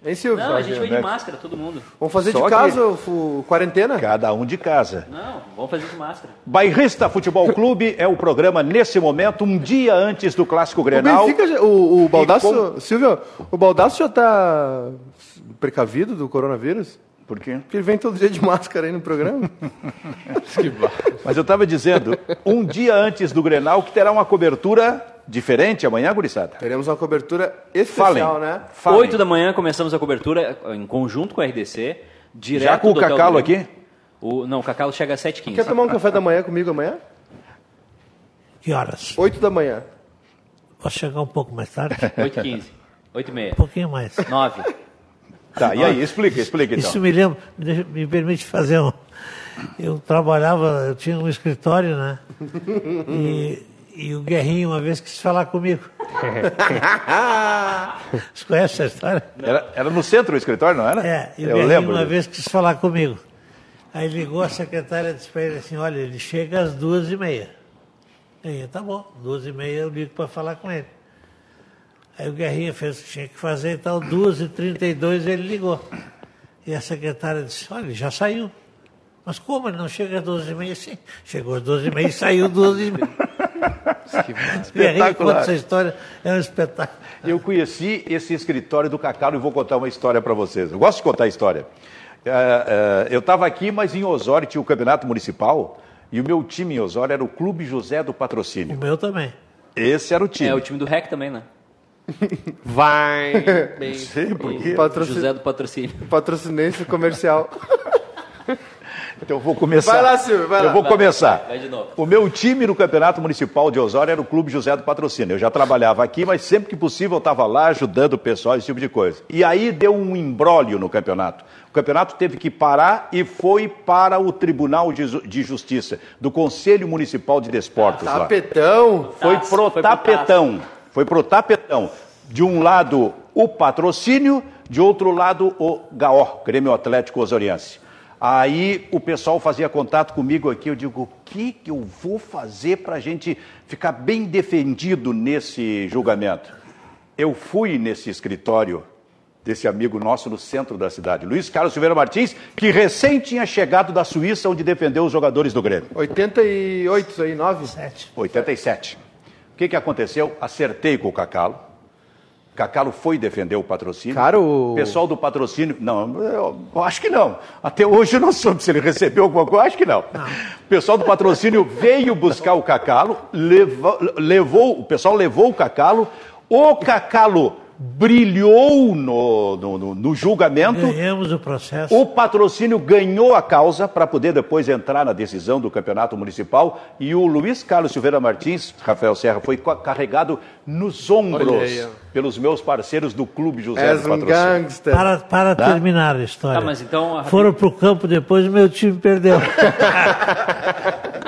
[SPEAKER 2] Hein, Silvio?
[SPEAKER 4] Não, a gente vai de
[SPEAKER 1] né?
[SPEAKER 4] máscara, todo mundo.
[SPEAKER 2] Vamos fazer
[SPEAKER 1] Só
[SPEAKER 2] de
[SPEAKER 1] que-
[SPEAKER 2] casa, o fu- quarentena?
[SPEAKER 1] Cada um de casa.
[SPEAKER 4] Não, vamos fazer de máscara.
[SPEAKER 1] Bairrista Futebol Clube é o programa nesse momento, um dia antes do Clássico
[SPEAKER 2] O
[SPEAKER 1] Grenal.
[SPEAKER 2] Benfica, já- o, o Baldasso,
[SPEAKER 1] com-
[SPEAKER 2] Silvio, o Baldasso já tá precavido do coronavírus?
[SPEAKER 1] Por quê?
[SPEAKER 2] Porque ele vem todo dia de máscara aí no programa.
[SPEAKER 1] Mas eu estava dizendo, um dia antes do Grenal, que terá uma cobertura diferente amanhã, gurizada.
[SPEAKER 2] Teremos uma cobertura
[SPEAKER 1] Falem.
[SPEAKER 2] especial, né?
[SPEAKER 1] Falem.
[SPEAKER 4] 8 da manhã começamos a cobertura em conjunto com a RDC, direto
[SPEAKER 1] Já com o
[SPEAKER 4] do hotel
[SPEAKER 1] Cacalo
[SPEAKER 4] do Grêmio.
[SPEAKER 1] aqui?
[SPEAKER 4] O, não, o Cacalo chega às 7h15.
[SPEAKER 2] Quer tomar um café da manhã comigo amanhã?
[SPEAKER 3] Que horas?
[SPEAKER 2] 8 da manhã.
[SPEAKER 3] Posso chegar um pouco mais tarde?
[SPEAKER 4] 8h15. Oito e meia.
[SPEAKER 3] Um pouquinho mais.
[SPEAKER 4] Nove.
[SPEAKER 1] Tá, e aí? Explica, explica então.
[SPEAKER 3] Isso me lembra, me, deixa- me permite fazer um. Eu trabalhava, eu tinha um escritório, né? E, e o Guerrinho uma vez quis falar comigo. Você conhece essa história?
[SPEAKER 1] Era, era no centro do escritório, não era?
[SPEAKER 3] É, e o
[SPEAKER 1] eu
[SPEAKER 3] Guerrinho
[SPEAKER 1] lembro.
[SPEAKER 3] uma
[SPEAKER 1] disso.
[SPEAKER 3] vez quis falar comigo. Aí ligou a secretária e disse para ele assim, olha, ele chega às duas e meia. Aí eu, tá bom, duas e meia eu ligo para falar com ele. Aí o Guerrinha fez o que tinha que fazer e tal, duas e trinta e dois ele ligou. E a secretária disse, olha, ele já saiu. Mas como ele não chega às duas e meia? Sim, chegou às duas e meia e saiu duas e meia. O Guerrinho
[SPEAKER 1] Espetacular.
[SPEAKER 3] conta essa história, é um espetáculo.
[SPEAKER 1] Eu conheci esse escritório do Cacalo e vou contar uma história para vocês. Eu gosto de contar história. É, é, eu estava aqui, mas em Osório tinha o campeonato municipal e o meu time em Osório era o Clube José do
[SPEAKER 3] O
[SPEAKER 1] Patrocínio.
[SPEAKER 3] meu também.
[SPEAKER 1] Esse era o time.
[SPEAKER 4] É o time do REC também, né?
[SPEAKER 5] Vai! bem.
[SPEAKER 1] Sim, porque...
[SPEAKER 2] Patrocin...
[SPEAKER 4] José do Patrocínio.
[SPEAKER 2] Patrocinência comercial.
[SPEAKER 1] Então eu vou começar.
[SPEAKER 2] Vai lá, Silvio, vai lá.
[SPEAKER 1] Eu vou
[SPEAKER 4] Vai,
[SPEAKER 1] começar.
[SPEAKER 4] vai, vai de novo.
[SPEAKER 1] O meu time no Campeonato Municipal de Osório era o Clube José do Patrocínio. Eu já trabalhava aqui, mas sempre que possível eu estava lá ajudando o pessoal, esse tipo de coisa. E aí deu um imbróglio no campeonato. O campeonato teve que parar e foi para o Tribunal de Ju- de Justiça do Conselho Municipal de Desportos
[SPEAKER 2] Ah, tá,
[SPEAKER 1] lá.
[SPEAKER 2] Tapetão.
[SPEAKER 1] Foi
[SPEAKER 5] Ah,
[SPEAKER 4] Taço,
[SPEAKER 1] pro
[SPEAKER 4] foi pro
[SPEAKER 1] tapetão. Foi pro tapetão. De um lado, o patrocínio, de outro lado, o GAO, Grêmio Atlético Osoriense. Aí o pessoal fazia contato comigo aqui, eu digo, o que, que eu vou fazer para a gente ficar bem defendido nesse julgamento? Eu fui nesse escritório desse amigo nosso no centro da cidade, Luiz Carlos Silveira Martins, que recém tinha chegado da Suíça, onde defendeu os jogadores do Grêmio.
[SPEAKER 2] 88 isso aí, 9?
[SPEAKER 1] É.
[SPEAKER 3] Sete.
[SPEAKER 1] 87. O que, que aconteceu? Acertei com o Cacalo. Cacalo foi defender o patrocínio.
[SPEAKER 2] Cara, o-
[SPEAKER 1] O pessoal do patrocínio. Não, eu eu acho que não. Até hoje eu não soube se ele recebeu alguma coisa, acho que não. O pessoal do patrocínio veio buscar o Cacalo, levou, levou- o pessoal levou o Cacalo, o Cacalo brilhou no, no- no- no julgamento.
[SPEAKER 3] Ganhamos o processo.
[SPEAKER 1] O patrocínio ganhou a causa para poder depois entrar na decisão do campeonato municipal e o Luiz Carlos Silveira Martins, Rafael Serra, foi ca- carregado nos
[SPEAKER 5] Olha
[SPEAKER 1] ombros
[SPEAKER 5] aí, ó.
[SPEAKER 1] pelos meus parceiros do Clube José
[SPEAKER 2] És
[SPEAKER 1] do
[SPEAKER 2] um
[SPEAKER 1] É, Patrocínio.
[SPEAKER 2] gangster.
[SPEAKER 3] Para, para terminar a história.
[SPEAKER 4] Tá, mas então, rapidinho.
[SPEAKER 3] Foram pro campo depois e meu time perdeu.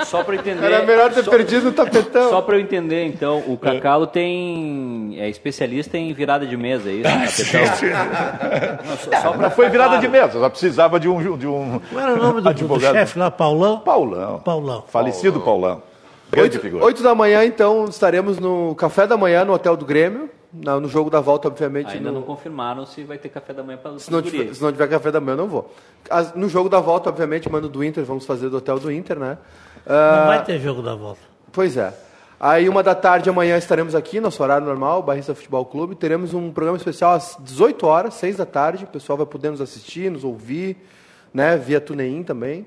[SPEAKER 4] Só para entender.
[SPEAKER 2] Era melhor ter
[SPEAKER 4] só-
[SPEAKER 2] perdido o tapetão.
[SPEAKER 4] Só para eu entender, então, o Cacalo tem. é especialista em virada de mesa, é isso? Capitão? Não, só, só pra
[SPEAKER 1] Não foi
[SPEAKER 4] ficar
[SPEAKER 1] virada
[SPEAKER 4] claro.
[SPEAKER 1] de mesa, só precisava de um, de um
[SPEAKER 3] Qual era o nome do, do
[SPEAKER 1] advogado.
[SPEAKER 3] chefe lá, Paulão?
[SPEAKER 1] Paulão.
[SPEAKER 3] Paulão.
[SPEAKER 1] Falecido Paulão. Grande figura.
[SPEAKER 2] 8 da manhã, então, estaremos no café da manhã no Hotel do Grêmio. na- No jogo da volta, obviamente.
[SPEAKER 4] Ainda
[SPEAKER 2] no-
[SPEAKER 4] não confirmaram se vai ter café da manhã para os
[SPEAKER 2] Se não, tiver,
[SPEAKER 4] guris.
[SPEAKER 2] se não tiver café da manhã, eu não vou. As- no jogo da volta, obviamente, mano do Inter, vamos fazer do Hotel do Inter, né? Ah,
[SPEAKER 3] Não vai ter jogo da volta.
[SPEAKER 2] Pois é. Aí, uma da tarde amanhã estaremos aqui, nosso horário normal, Barrista Futebol Clube. Teremos um programa especial às 18 horas, 6 da tarde. O pessoal vai poder nos assistir, nos ouvir, né? Via TuneIn também.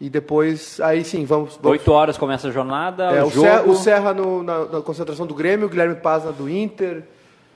[SPEAKER 2] E depois, aí sim, vamos. vamos
[SPEAKER 4] Uhum. Oito horas começa a jornada,
[SPEAKER 2] é,
[SPEAKER 4] o
[SPEAKER 2] o,
[SPEAKER 4] jogo.
[SPEAKER 2] Serra, o Serra no- na, na concentração do Grêmio, o Guilherme Paz na do Inter.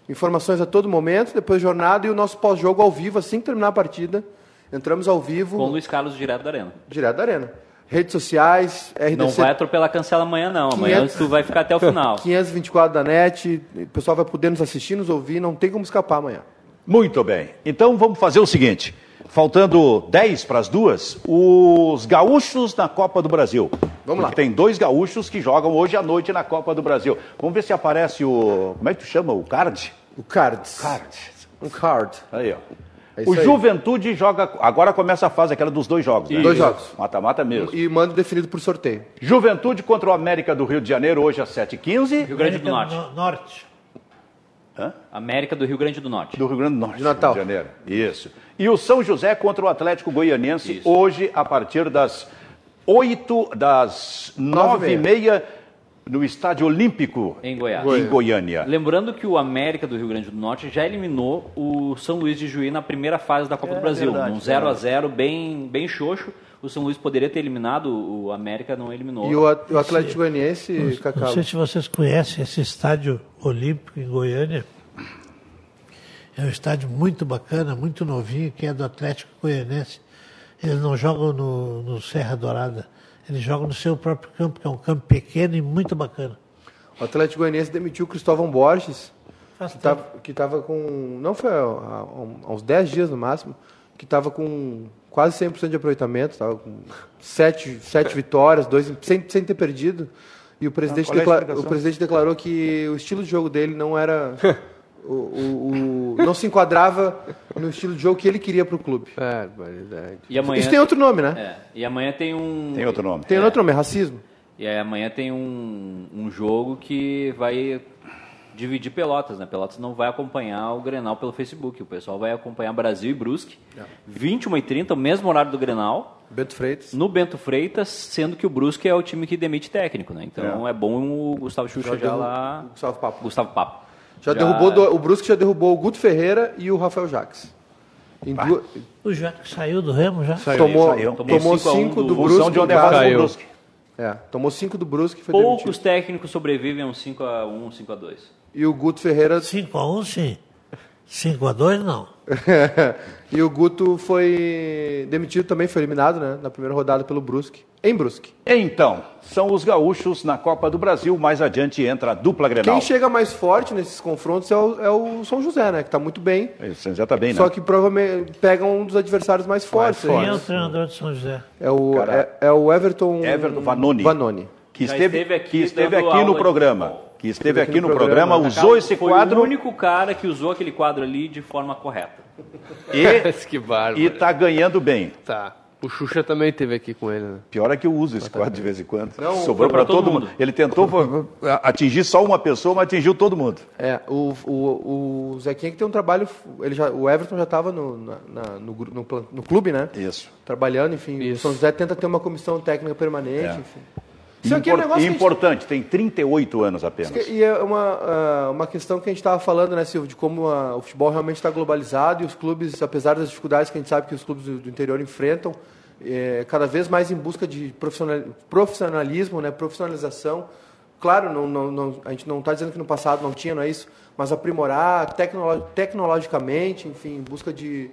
[SPEAKER 2] Informações a todo momento, depois jornada e o nosso pós-jogo ao vivo, assim que terminar a partida. Entramos ao vivo.
[SPEAKER 4] Com o Luiz Carlos direto da arena.
[SPEAKER 2] Direto da Arena. Redes sociais, RDC
[SPEAKER 4] Não vai atropelar cancela amanhã, não. Amanhã
[SPEAKER 2] 500.
[SPEAKER 4] tu vai ficar até o final.
[SPEAKER 2] 524 da NET. O pessoal vai poder nos assistir, nos ouvir. Não tem como escapar amanhã.
[SPEAKER 1] Muito bem. Então vamos fazer o seguinte: faltando 10 para as duas, os gaúchos na Copa do Brasil.
[SPEAKER 2] Vamos lá.
[SPEAKER 1] Porque Tem dois gaúchos que jogam hoje à noite na Copa do Brasil. Vamos ver se aparece o. Como é que tu chama? O card?
[SPEAKER 2] O Cards. Um card.
[SPEAKER 1] Aí, ó.
[SPEAKER 2] É isso
[SPEAKER 1] o
[SPEAKER 2] aí.
[SPEAKER 1] Juventude joga. Agora começa a fase aquela dos dois jogos, né?
[SPEAKER 2] Dois jogos.
[SPEAKER 1] Mata-mata mesmo.
[SPEAKER 2] E mando definido por sorteio.
[SPEAKER 1] Juventude contra o América do Rio de Janeiro, hoje às 7h15.
[SPEAKER 4] Rio Grande do
[SPEAKER 3] América No-
[SPEAKER 4] Norte.
[SPEAKER 3] Norte.
[SPEAKER 4] América do Rio Grande do Norte.
[SPEAKER 1] Do Rio Grande do Norte.
[SPEAKER 2] De Natal.
[SPEAKER 1] Rio de Janeiro. Isso. E o São José contra o Atlético Goianiense,
[SPEAKER 4] Isso.
[SPEAKER 1] hoje, a partir das 8, das 9h30, no Estádio Olímpico.
[SPEAKER 4] Em Goiás.
[SPEAKER 1] Em Goiânia.
[SPEAKER 4] Lembrando que o América do Rio Grande do Norte já eliminou o São Luís de Juí na primeira fase da Copa do Brasil.
[SPEAKER 1] É verdade,
[SPEAKER 4] um 0 a 0 bem, bem xoxo. O São Luís poderia ter eliminado, o América não eliminou.
[SPEAKER 2] E o, at- o Atlético Goianiense,
[SPEAKER 3] Não
[SPEAKER 2] Cacau.
[SPEAKER 3] sei se vocês conhecem esse estádio olímpico em Goiânia. É um estádio muito bacana, muito novinho, que é do Atlético Goianense. Eles não jogam no, no Serra Dourada. Eles jogam no seu próprio campo, que é um campo pequeno e muito bacana.
[SPEAKER 2] O Atlético Goianiense demitiu o Cristóvão Borges
[SPEAKER 3] Faz
[SPEAKER 2] que,
[SPEAKER 3] tempo.
[SPEAKER 2] tava, que tava com. Não foi há, há um- há uns 10 dias no máximo, que estava com quase 100% de aproveitamento, tava com 7, vitórias, dois, em- sem, sem ter perdido. E o presidente,
[SPEAKER 1] qual é a
[SPEAKER 2] decla-
[SPEAKER 1] explicação?
[SPEAKER 2] o presidente declarou que o estilo de jogo dele não era. o, o- o- não se enquadrava no estilo de jogo que ele queria para o clube.
[SPEAKER 5] É, Barbaridade.
[SPEAKER 4] E amanhã.
[SPEAKER 2] Isso tem outro nome, né?
[SPEAKER 4] é, e amanhã tem um.
[SPEAKER 1] Tem outro nome.
[SPEAKER 2] Tem outro nome, é racismo.
[SPEAKER 4] E aí amanhã tem um, um jogo que vai dividir Pelotas, né? Pelotas não vai acompanhar o Grenal pelo Facebook. O pessoal vai acompanhar Brasil e Brusque.
[SPEAKER 1] É.
[SPEAKER 4] 21h30, o mesmo horário do Grenal,
[SPEAKER 2] Beto Freitas.
[SPEAKER 4] no Bento Freitas, sendo que o Brusque é o time que demite técnico, né? Então é, bom o Gustavo Xuxa já,
[SPEAKER 2] derru-
[SPEAKER 4] lá...
[SPEAKER 2] o Gustavo Papo.
[SPEAKER 4] Gustavo Papo.
[SPEAKER 2] Já,
[SPEAKER 4] é.
[SPEAKER 2] derrubou né, do- o Brusque já derrubou o Guto Ferreira e o Rafael Jaques. Em duas-
[SPEAKER 3] O Jack saiu do Remo já?
[SPEAKER 1] Saiu,
[SPEAKER 2] tomou
[SPEAKER 1] É. saiu.
[SPEAKER 2] tomou
[SPEAKER 4] Cinco a um
[SPEAKER 2] 5
[SPEAKER 4] do-
[SPEAKER 2] do
[SPEAKER 1] Função
[SPEAKER 2] Brusque.
[SPEAKER 1] de onde
[SPEAKER 2] em
[SPEAKER 1] é
[SPEAKER 2] casa.
[SPEAKER 1] vaso
[SPEAKER 5] Caiu.
[SPEAKER 1] do Brusque.
[SPEAKER 2] É, tomou 5 do Brusque e foi
[SPEAKER 4] Poucos
[SPEAKER 2] demitido.
[SPEAKER 4] técnicos sobrevivem a um 5x1, 5x2.
[SPEAKER 2] E o Guto Ferreira
[SPEAKER 3] 5x1, sim. 5x2, não.
[SPEAKER 2] e o Guto foi demitido também, foi eliminado, né, na primeira rodada pelo Brusque, em Brusque.
[SPEAKER 1] Então, são os gaúchos na Copa do Brasil. Mais adiante entra a dupla Grenal.
[SPEAKER 2] Quem chega mais forte nesses confrontos é o, é o São José, né, que tá muito bem.
[SPEAKER 1] Você já tá bem, né?
[SPEAKER 2] Só que provavelmente pega um dos adversários mais fortes. aí.
[SPEAKER 3] Quem é o treinador de São José?
[SPEAKER 2] É o,
[SPEAKER 1] Cara.
[SPEAKER 2] é, é o Everton,
[SPEAKER 1] Everton Vanoni.
[SPEAKER 2] Vanoni.
[SPEAKER 1] que
[SPEAKER 4] Já
[SPEAKER 1] esteve,
[SPEAKER 4] esteve aqui
[SPEAKER 1] que esteve
[SPEAKER 4] dando
[SPEAKER 1] aqui no
[SPEAKER 4] aula de
[SPEAKER 1] programa.
[SPEAKER 4] futebol.
[SPEAKER 1] Que esteve aqui no programa, usou
[SPEAKER 4] Cara,
[SPEAKER 1] esse
[SPEAKER 4] foi
[SPEAKER 1] quadro
[SPEAKER 4] o único cara que usou aquele quadro ali de forma correta.
[SPEAKER 1] e
[SPEAKER 5] que bárbaro.
[SPEAKER 1] e tá ganhando bem.
[SPEAKER 5] Tá. O Xuxa também teve aqui com ele, né?
[SPEAKER 1] Pior é que eu uso esse quadro de vez em quando.
[SPEAKER 2] Não,
[SPEAKER 1] Sobrou
[SPEAKER 4] foi pra
[SPEAKER 1] para todo,
[SPEAKER 4] todo
[SPEAKER 1] mundo.
[SPEAKER 4] mundo.
[SPEAKER 1] Ele tentou atingir só uma pessoa, mas atingiu todo mundo.
[SPEAKER 2] É, o, o, o Zequinha que tem um trabalho, ele já, o Everton já estava no, na- na- no, gru- no plan- no clube, né?
[SPEAKER 1] Isso.
[SPEAKER 2] Trabalhando, enfim. O
[SPEAKER 5] Isso.
[SPEAKER 2] São José tenta ter uma comissão técnica permanente,
[SPEAKER 1] É.
[SPEAKER 2] enfim. Isso aqui é um
[SPEAKER 1] Impor-
[SPEAKER 2] negócio que a gente-
[SPEAKER 1] importante, tem 38 anos apenas.
[SPEAKER 2] Isso que- E é uma, ah, uma questão que a gente estava falando, né, Silvio, de como ah, o futebol realmente está globalizado e os clubes, apesar das dificuldades que a gente sabe que os clubes do, do interior enfrentam, é, cada vez mais em busca de profissional- profissionalismo, né, profissionalização. Claro, não, não- não- a gente não está dizendo que no passado não tinha, não é isso, mas aprimorar tecnolo- tecnologicamente, enfim, em busca de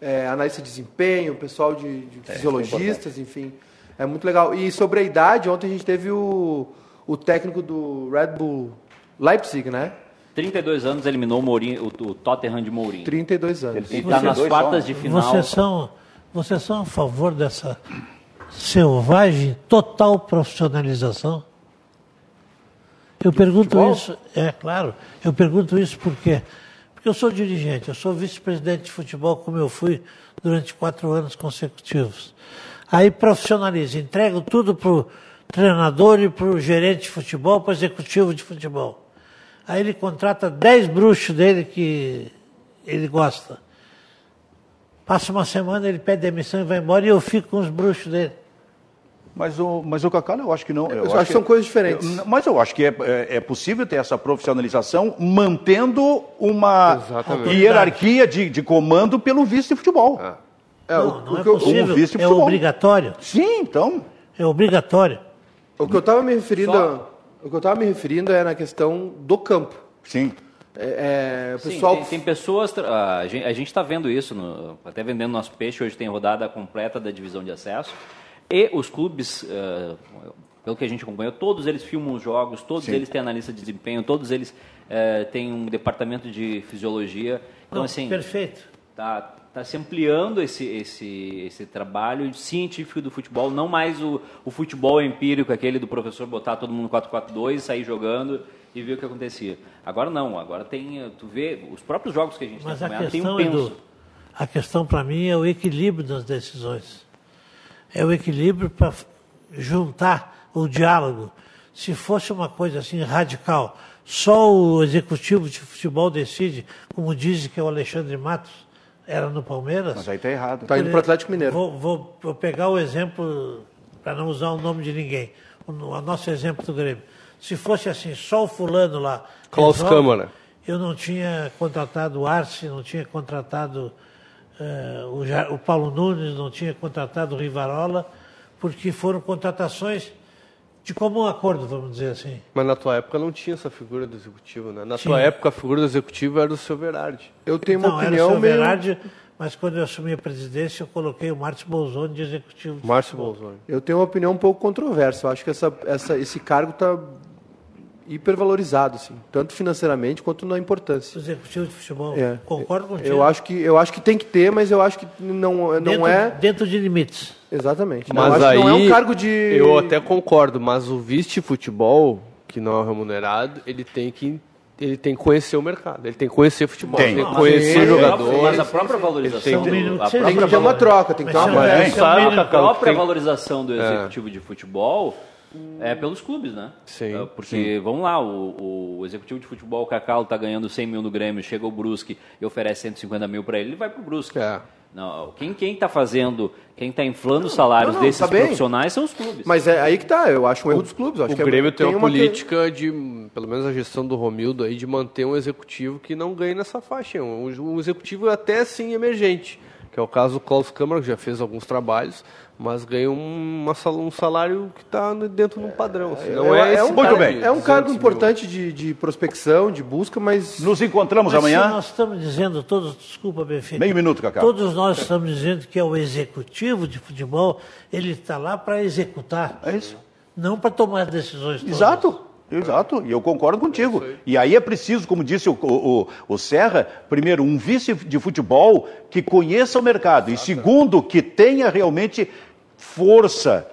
[SPEAKER 2] é, analista de desempenho, pessoal de, de fisiologistas, enfim. É muito legal. E sobre a idade, ontem a gente teve o, o técnico do Red Bull Leipzig, né?
[SPEAKER 4] 32 anos eliminou o, Mourinho, o, o Tottenham de Mourinho.
[SPEAKER 2] 32 anos.
[SPEAKER 4] E tá nas
[SPEAKER 1] 32
[SPEAKER 4] quartas
[SPEAKER 1] só.
[SPEAKER 3] né?
[SPEAKER 4] de final.
[SPEAKER 3] Vocês são, vocês são a favor dessa selvagem total profissionalização? Eu pergunto
[SPEAKER 2] futebol?
[SPEAKER 3] isso, é claro, eu pergunto isso porque, porque eu sou dirigente, eu sou vice-presidente de futebol como eu fui durante quatro anos consecutivos. Aí profissionalizo, entrego tudo para o treinador e para o gerente de futebol, para o executivo de futebol. Aí ele contrata dez bruxos dele que ele gosta. Passa uma semana, ele pede demissão e vai embora e eu fico com os bruxos dele.
[SPEAKER 1] Mas o, mas o Cacau, eu acho que não. Eu,
[SPEAKER 2] acho que são coisas diferentes.
[SPEAKER 1] Eu- mas eu acho que é, é- é possível ter essa profissionalização mantendo uma
[SPEAKER 5] Exatamente.
[SPEAKER 1] hierarquia de, de comando pelo vice de futebol.
[SPEAKER 2] É,
[SPEAKER 3] não,
[SPEAKER 2] o,
[SPEAKER 3] não
[SPEAKER 2] o
[SPEAKER 3] é
[SPEAKER 2] que eu,
[SPEAKER 1] o vice
[SPEAKER 3] possível, é
[SPEAKER 1] futebol.
[SPEAKER 3] obrigatório.
[SPEAKER 1] Sim, então.
[SPEAKER 3] É obrigatório.
[SPEAKER 2] o que eu tava me referindo, o que eu tava me referindo é na questão do campo.
[SPEAKER 1] Sim.
[SPEAKER 2] É, é, o
[SPEAKER 4] Sim,
[SPEAKER 2] pessoal
[SPEAKER 4] tem, tem pessoas. tra- A gen- a gente está vendo isso, no- até vendendo nosso peixe. Hoje tem rodada completa da divisão de acesso. E os clubes, eh, pelo que a gente acompanhou, todos eles filmam os jogos, todos eles têm analista de desempenho, todos eles eh, têm um departamento de fisiologia. Então,
[SPEAKER 3] Não,
[SPEAKER 4] assim,
[SPEAKER 3] Perfeito.
[SPEAKER 4] Tá, tá se ampliando esse, esse, esse trabalho científico do futebol, não mais o, o futebol empírico, aquele do professor botar todo mundo 4-4-2, sair jogando e ver o que acontecia. Agora não, agora tem, eh, tu vê, os próprios jogos que a gente
[SPEAKER 3] Mas
[SPEAKER 4] tem
[SPEAKER 3] a
[SPEAKER 4] acompanhado, tem um
[SPEAKER 3] questão, é
[SPEAKER 4] penso.
[SPEAKER 3] Edu, a questão para mim é o equilíbrio das decisões. É o equilíbrio para juntar o diálogo. Se fosse uma coisa assim radical, só o executivo de futebol decide, como dizem que é o Alexandre Matos, era no Palmeiras.
[SPEAKER 1] Mas aí tá errado.
[SPEAKER 2] tá indo pro Atlético Mineiro.
[SPEAKER 3] É, Vou, vou- vou pegar o exemplo, para não usar o nome de ninguém, o, no- o nosso exemplo do Grêmio. Se fosse assim, só o fulano lá.
[SPEAKER 5] Klaus
[SPEAKER 3] resolve,
[SPEAKER 5] Câmara.
[SPEAKER 3] Eu não tinha contratado o Arce, não tinha contratado eh, o, Ja- o Paulo Nunes, não tinha contratado o Rivarola, porque foram contratações de comum acordo, vamos dizer assim.
[SPEAKER 5] Mas na tua época não tinha essa figura do executivo, né? Na
[SPEAKER 3] Tinha.
[SPEAKER 5] tua época a figura do executivo era do seu Verardi.
[SPEAKER 2] Eu tenho
[SPEAKER 3] não,
[SPEAKER 2] uma opinião
[SPEAKER 3] era o
[SPEAKER 2] meio
[SPEAKER 3] Verardi, mas quando eu assumi a presidência, eu coloquei o Márcio Bolzoni de executivo.
[SPEAKER 5] Márcio Bolzoni.
[SPEAKER 2] Eu tenho uma opinião um pouco controversa. Eu acho que essa, essa- esse cargo está tá hipervalorizado, assim, tanto financeiramente quanto na importância.
[SPEAKER 3] Executivo de futebol.
[SPEAKER 2] É.
[SPEAKER 3] Concordo contigo.
[SPEAKER 2] Eu acho que eu acho que tem que ter, mas eu acho que não não
[SPEAKER 3] dentro,
[SPEAKER 2] é
[SPEAKER 3] Dentro de limites.
[SPEAKER 2] exatamente. não, eu
[SPEAKER 5] Mas
[SPEAKER 2] acho
[SPEAKER 5] aí,
[SPEAKER 2] que não é um cargo de
[SPEAKER 5] eu até concordo, mas o vice-futebol, que não é remunerado, ele tem que ele tem que conhecer o mercado, ele tem que conhecer futebol,
[SPEAKER 1] Tem.
[SPEAKER 5] ele tem que
[SPEAKER 1] Não,
[SPEAKER 5] conhecer
[SPEAKER 2] mas-
[SPEAKER 5] jogador.
[SPEAKER 4] Mas é a própria valorização.
[SPEAKER 3] Tem um mínimo
[SPEAKER 4] a
[SPEAKER 3] que ser
[SPEAKER 4] própria
[SPEAKER 2] tem que ter uma
[SPEAKER 3] valor.
[SPEAKER 2] troca, tem que ter
[SPEAKER 3] Mas
[SPEAKER 2] uma
[SPEAKER 3] se
[SPEAKER 1] é-
[SPEAKER 2] conversa.
[SPEAKER 3] houvesse
[SPEAKER 5] Sabe,
[SPEAKER 3] um mínimo-
[SPEAKER 5] Cacau?
[SPEAKER 4] A então, própria
[SPEAKER 5] tem-
[SPEAKER 4] valorização do executivo de futebol é pelos clubes, né?
[SPEAKER 5] Sim,
[SPEAKER 4] É, Porque, vamos lá, o, o executivo de futebol, o Cacau, tá ganhando 100 mil no Grêmio, chega o Brusque e oferece 150 mil para ele, ele vai pro Brusque.
[SPEAKER 5] É.
[SPEAKER 4] Não, quem, quem tá fazendo, quem tá inflando os salários
[SPEAKER 2] não, não,
[SPEAKER 4] desses
[SPEAKER 2] tá bem.
[SPEAKER 4] profissionais são os clubes.
[SPEAKER 2] Mas é aí que tá, eu acho um erro dos clubes. eu Acho
[SPEAKER 5] O
[SPEAKER 2] que é-
[SPEAKER 5] Grêmio tem, uma
[SPEAKER 2] que-
[SPEAKER 5] política de, pelo menos a gestão do Romildo aí, de manter um executivo que não ganhe nessa faixa. Um, um executivo até sim emergente, que é o caso do Klaus Câmara, que já fez alguns trabalhos, mas ganha um, uma sal- um salário que está dentro de um padrão. assim. não é, esse
[SPEAKER 2] um,
[SPEAKER 1] Muito
[SPEAKER 5] cara
[SPEAKER 1] bem.
[SPEAKER 5] de
[SPEAKER 2] É um
[SPEAKER 5] 200
[SPEAKER 2] cargo
[SPEAKER 5] mil.
[SPEAKER 2] importante de, de prospecção, de busca, mas
[SPEAKER 1] Nos encontramos
[SPEAKER 3] Mas se
[SPEAKER 1] amanhã.
[SPEAKER 3] Nós estamos dizendo todos, desculpa, Benfica.
[SPEAKER 1] Meio minuto, Cacá.
[SPEAKER 3] Todos nós estamos dizendo que é o executivo de futebol, ele está lá para executar,
[SPEAKER 1] É isso.
[SPEAKER 3] não para tomar decisões. todas.
[SPEAKER 1] Exato. Exato, e eu concordo contigo. E aí é preciso, como disse o, o, o- o Serra, primeiro, um vice de futebol que conheça o mercado, e segundo, que tenha realmente força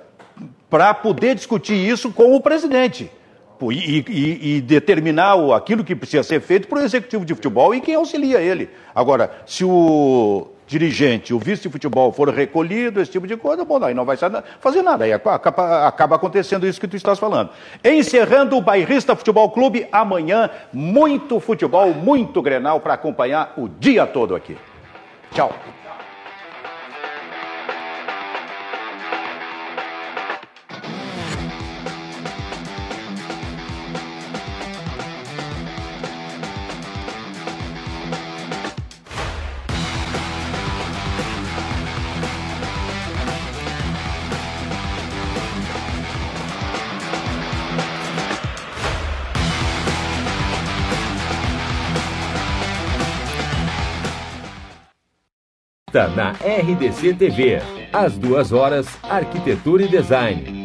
[SPEAKER 1] para poder discutir isso com o presidente Pô, e, e- e determinar o- aquilo que precisa ser feito para o executivo de futebol e quem auxilia ele. Agora, se o dirigente, o vice de futebol for recolhido, esse tipo de coisa, bom, aí não vai sa- fazer nada, aí acaba, acaba acontecendo isso que tu estás falando. Encerrando o Bairrista Futebol Clube, amanhã, muito futebol, muito Grenal para acompanhar o dia todo aqui. Tchau.
[SPEAKER 6] Tá na RDC TV. Às duas horas, Arquitetura e Design.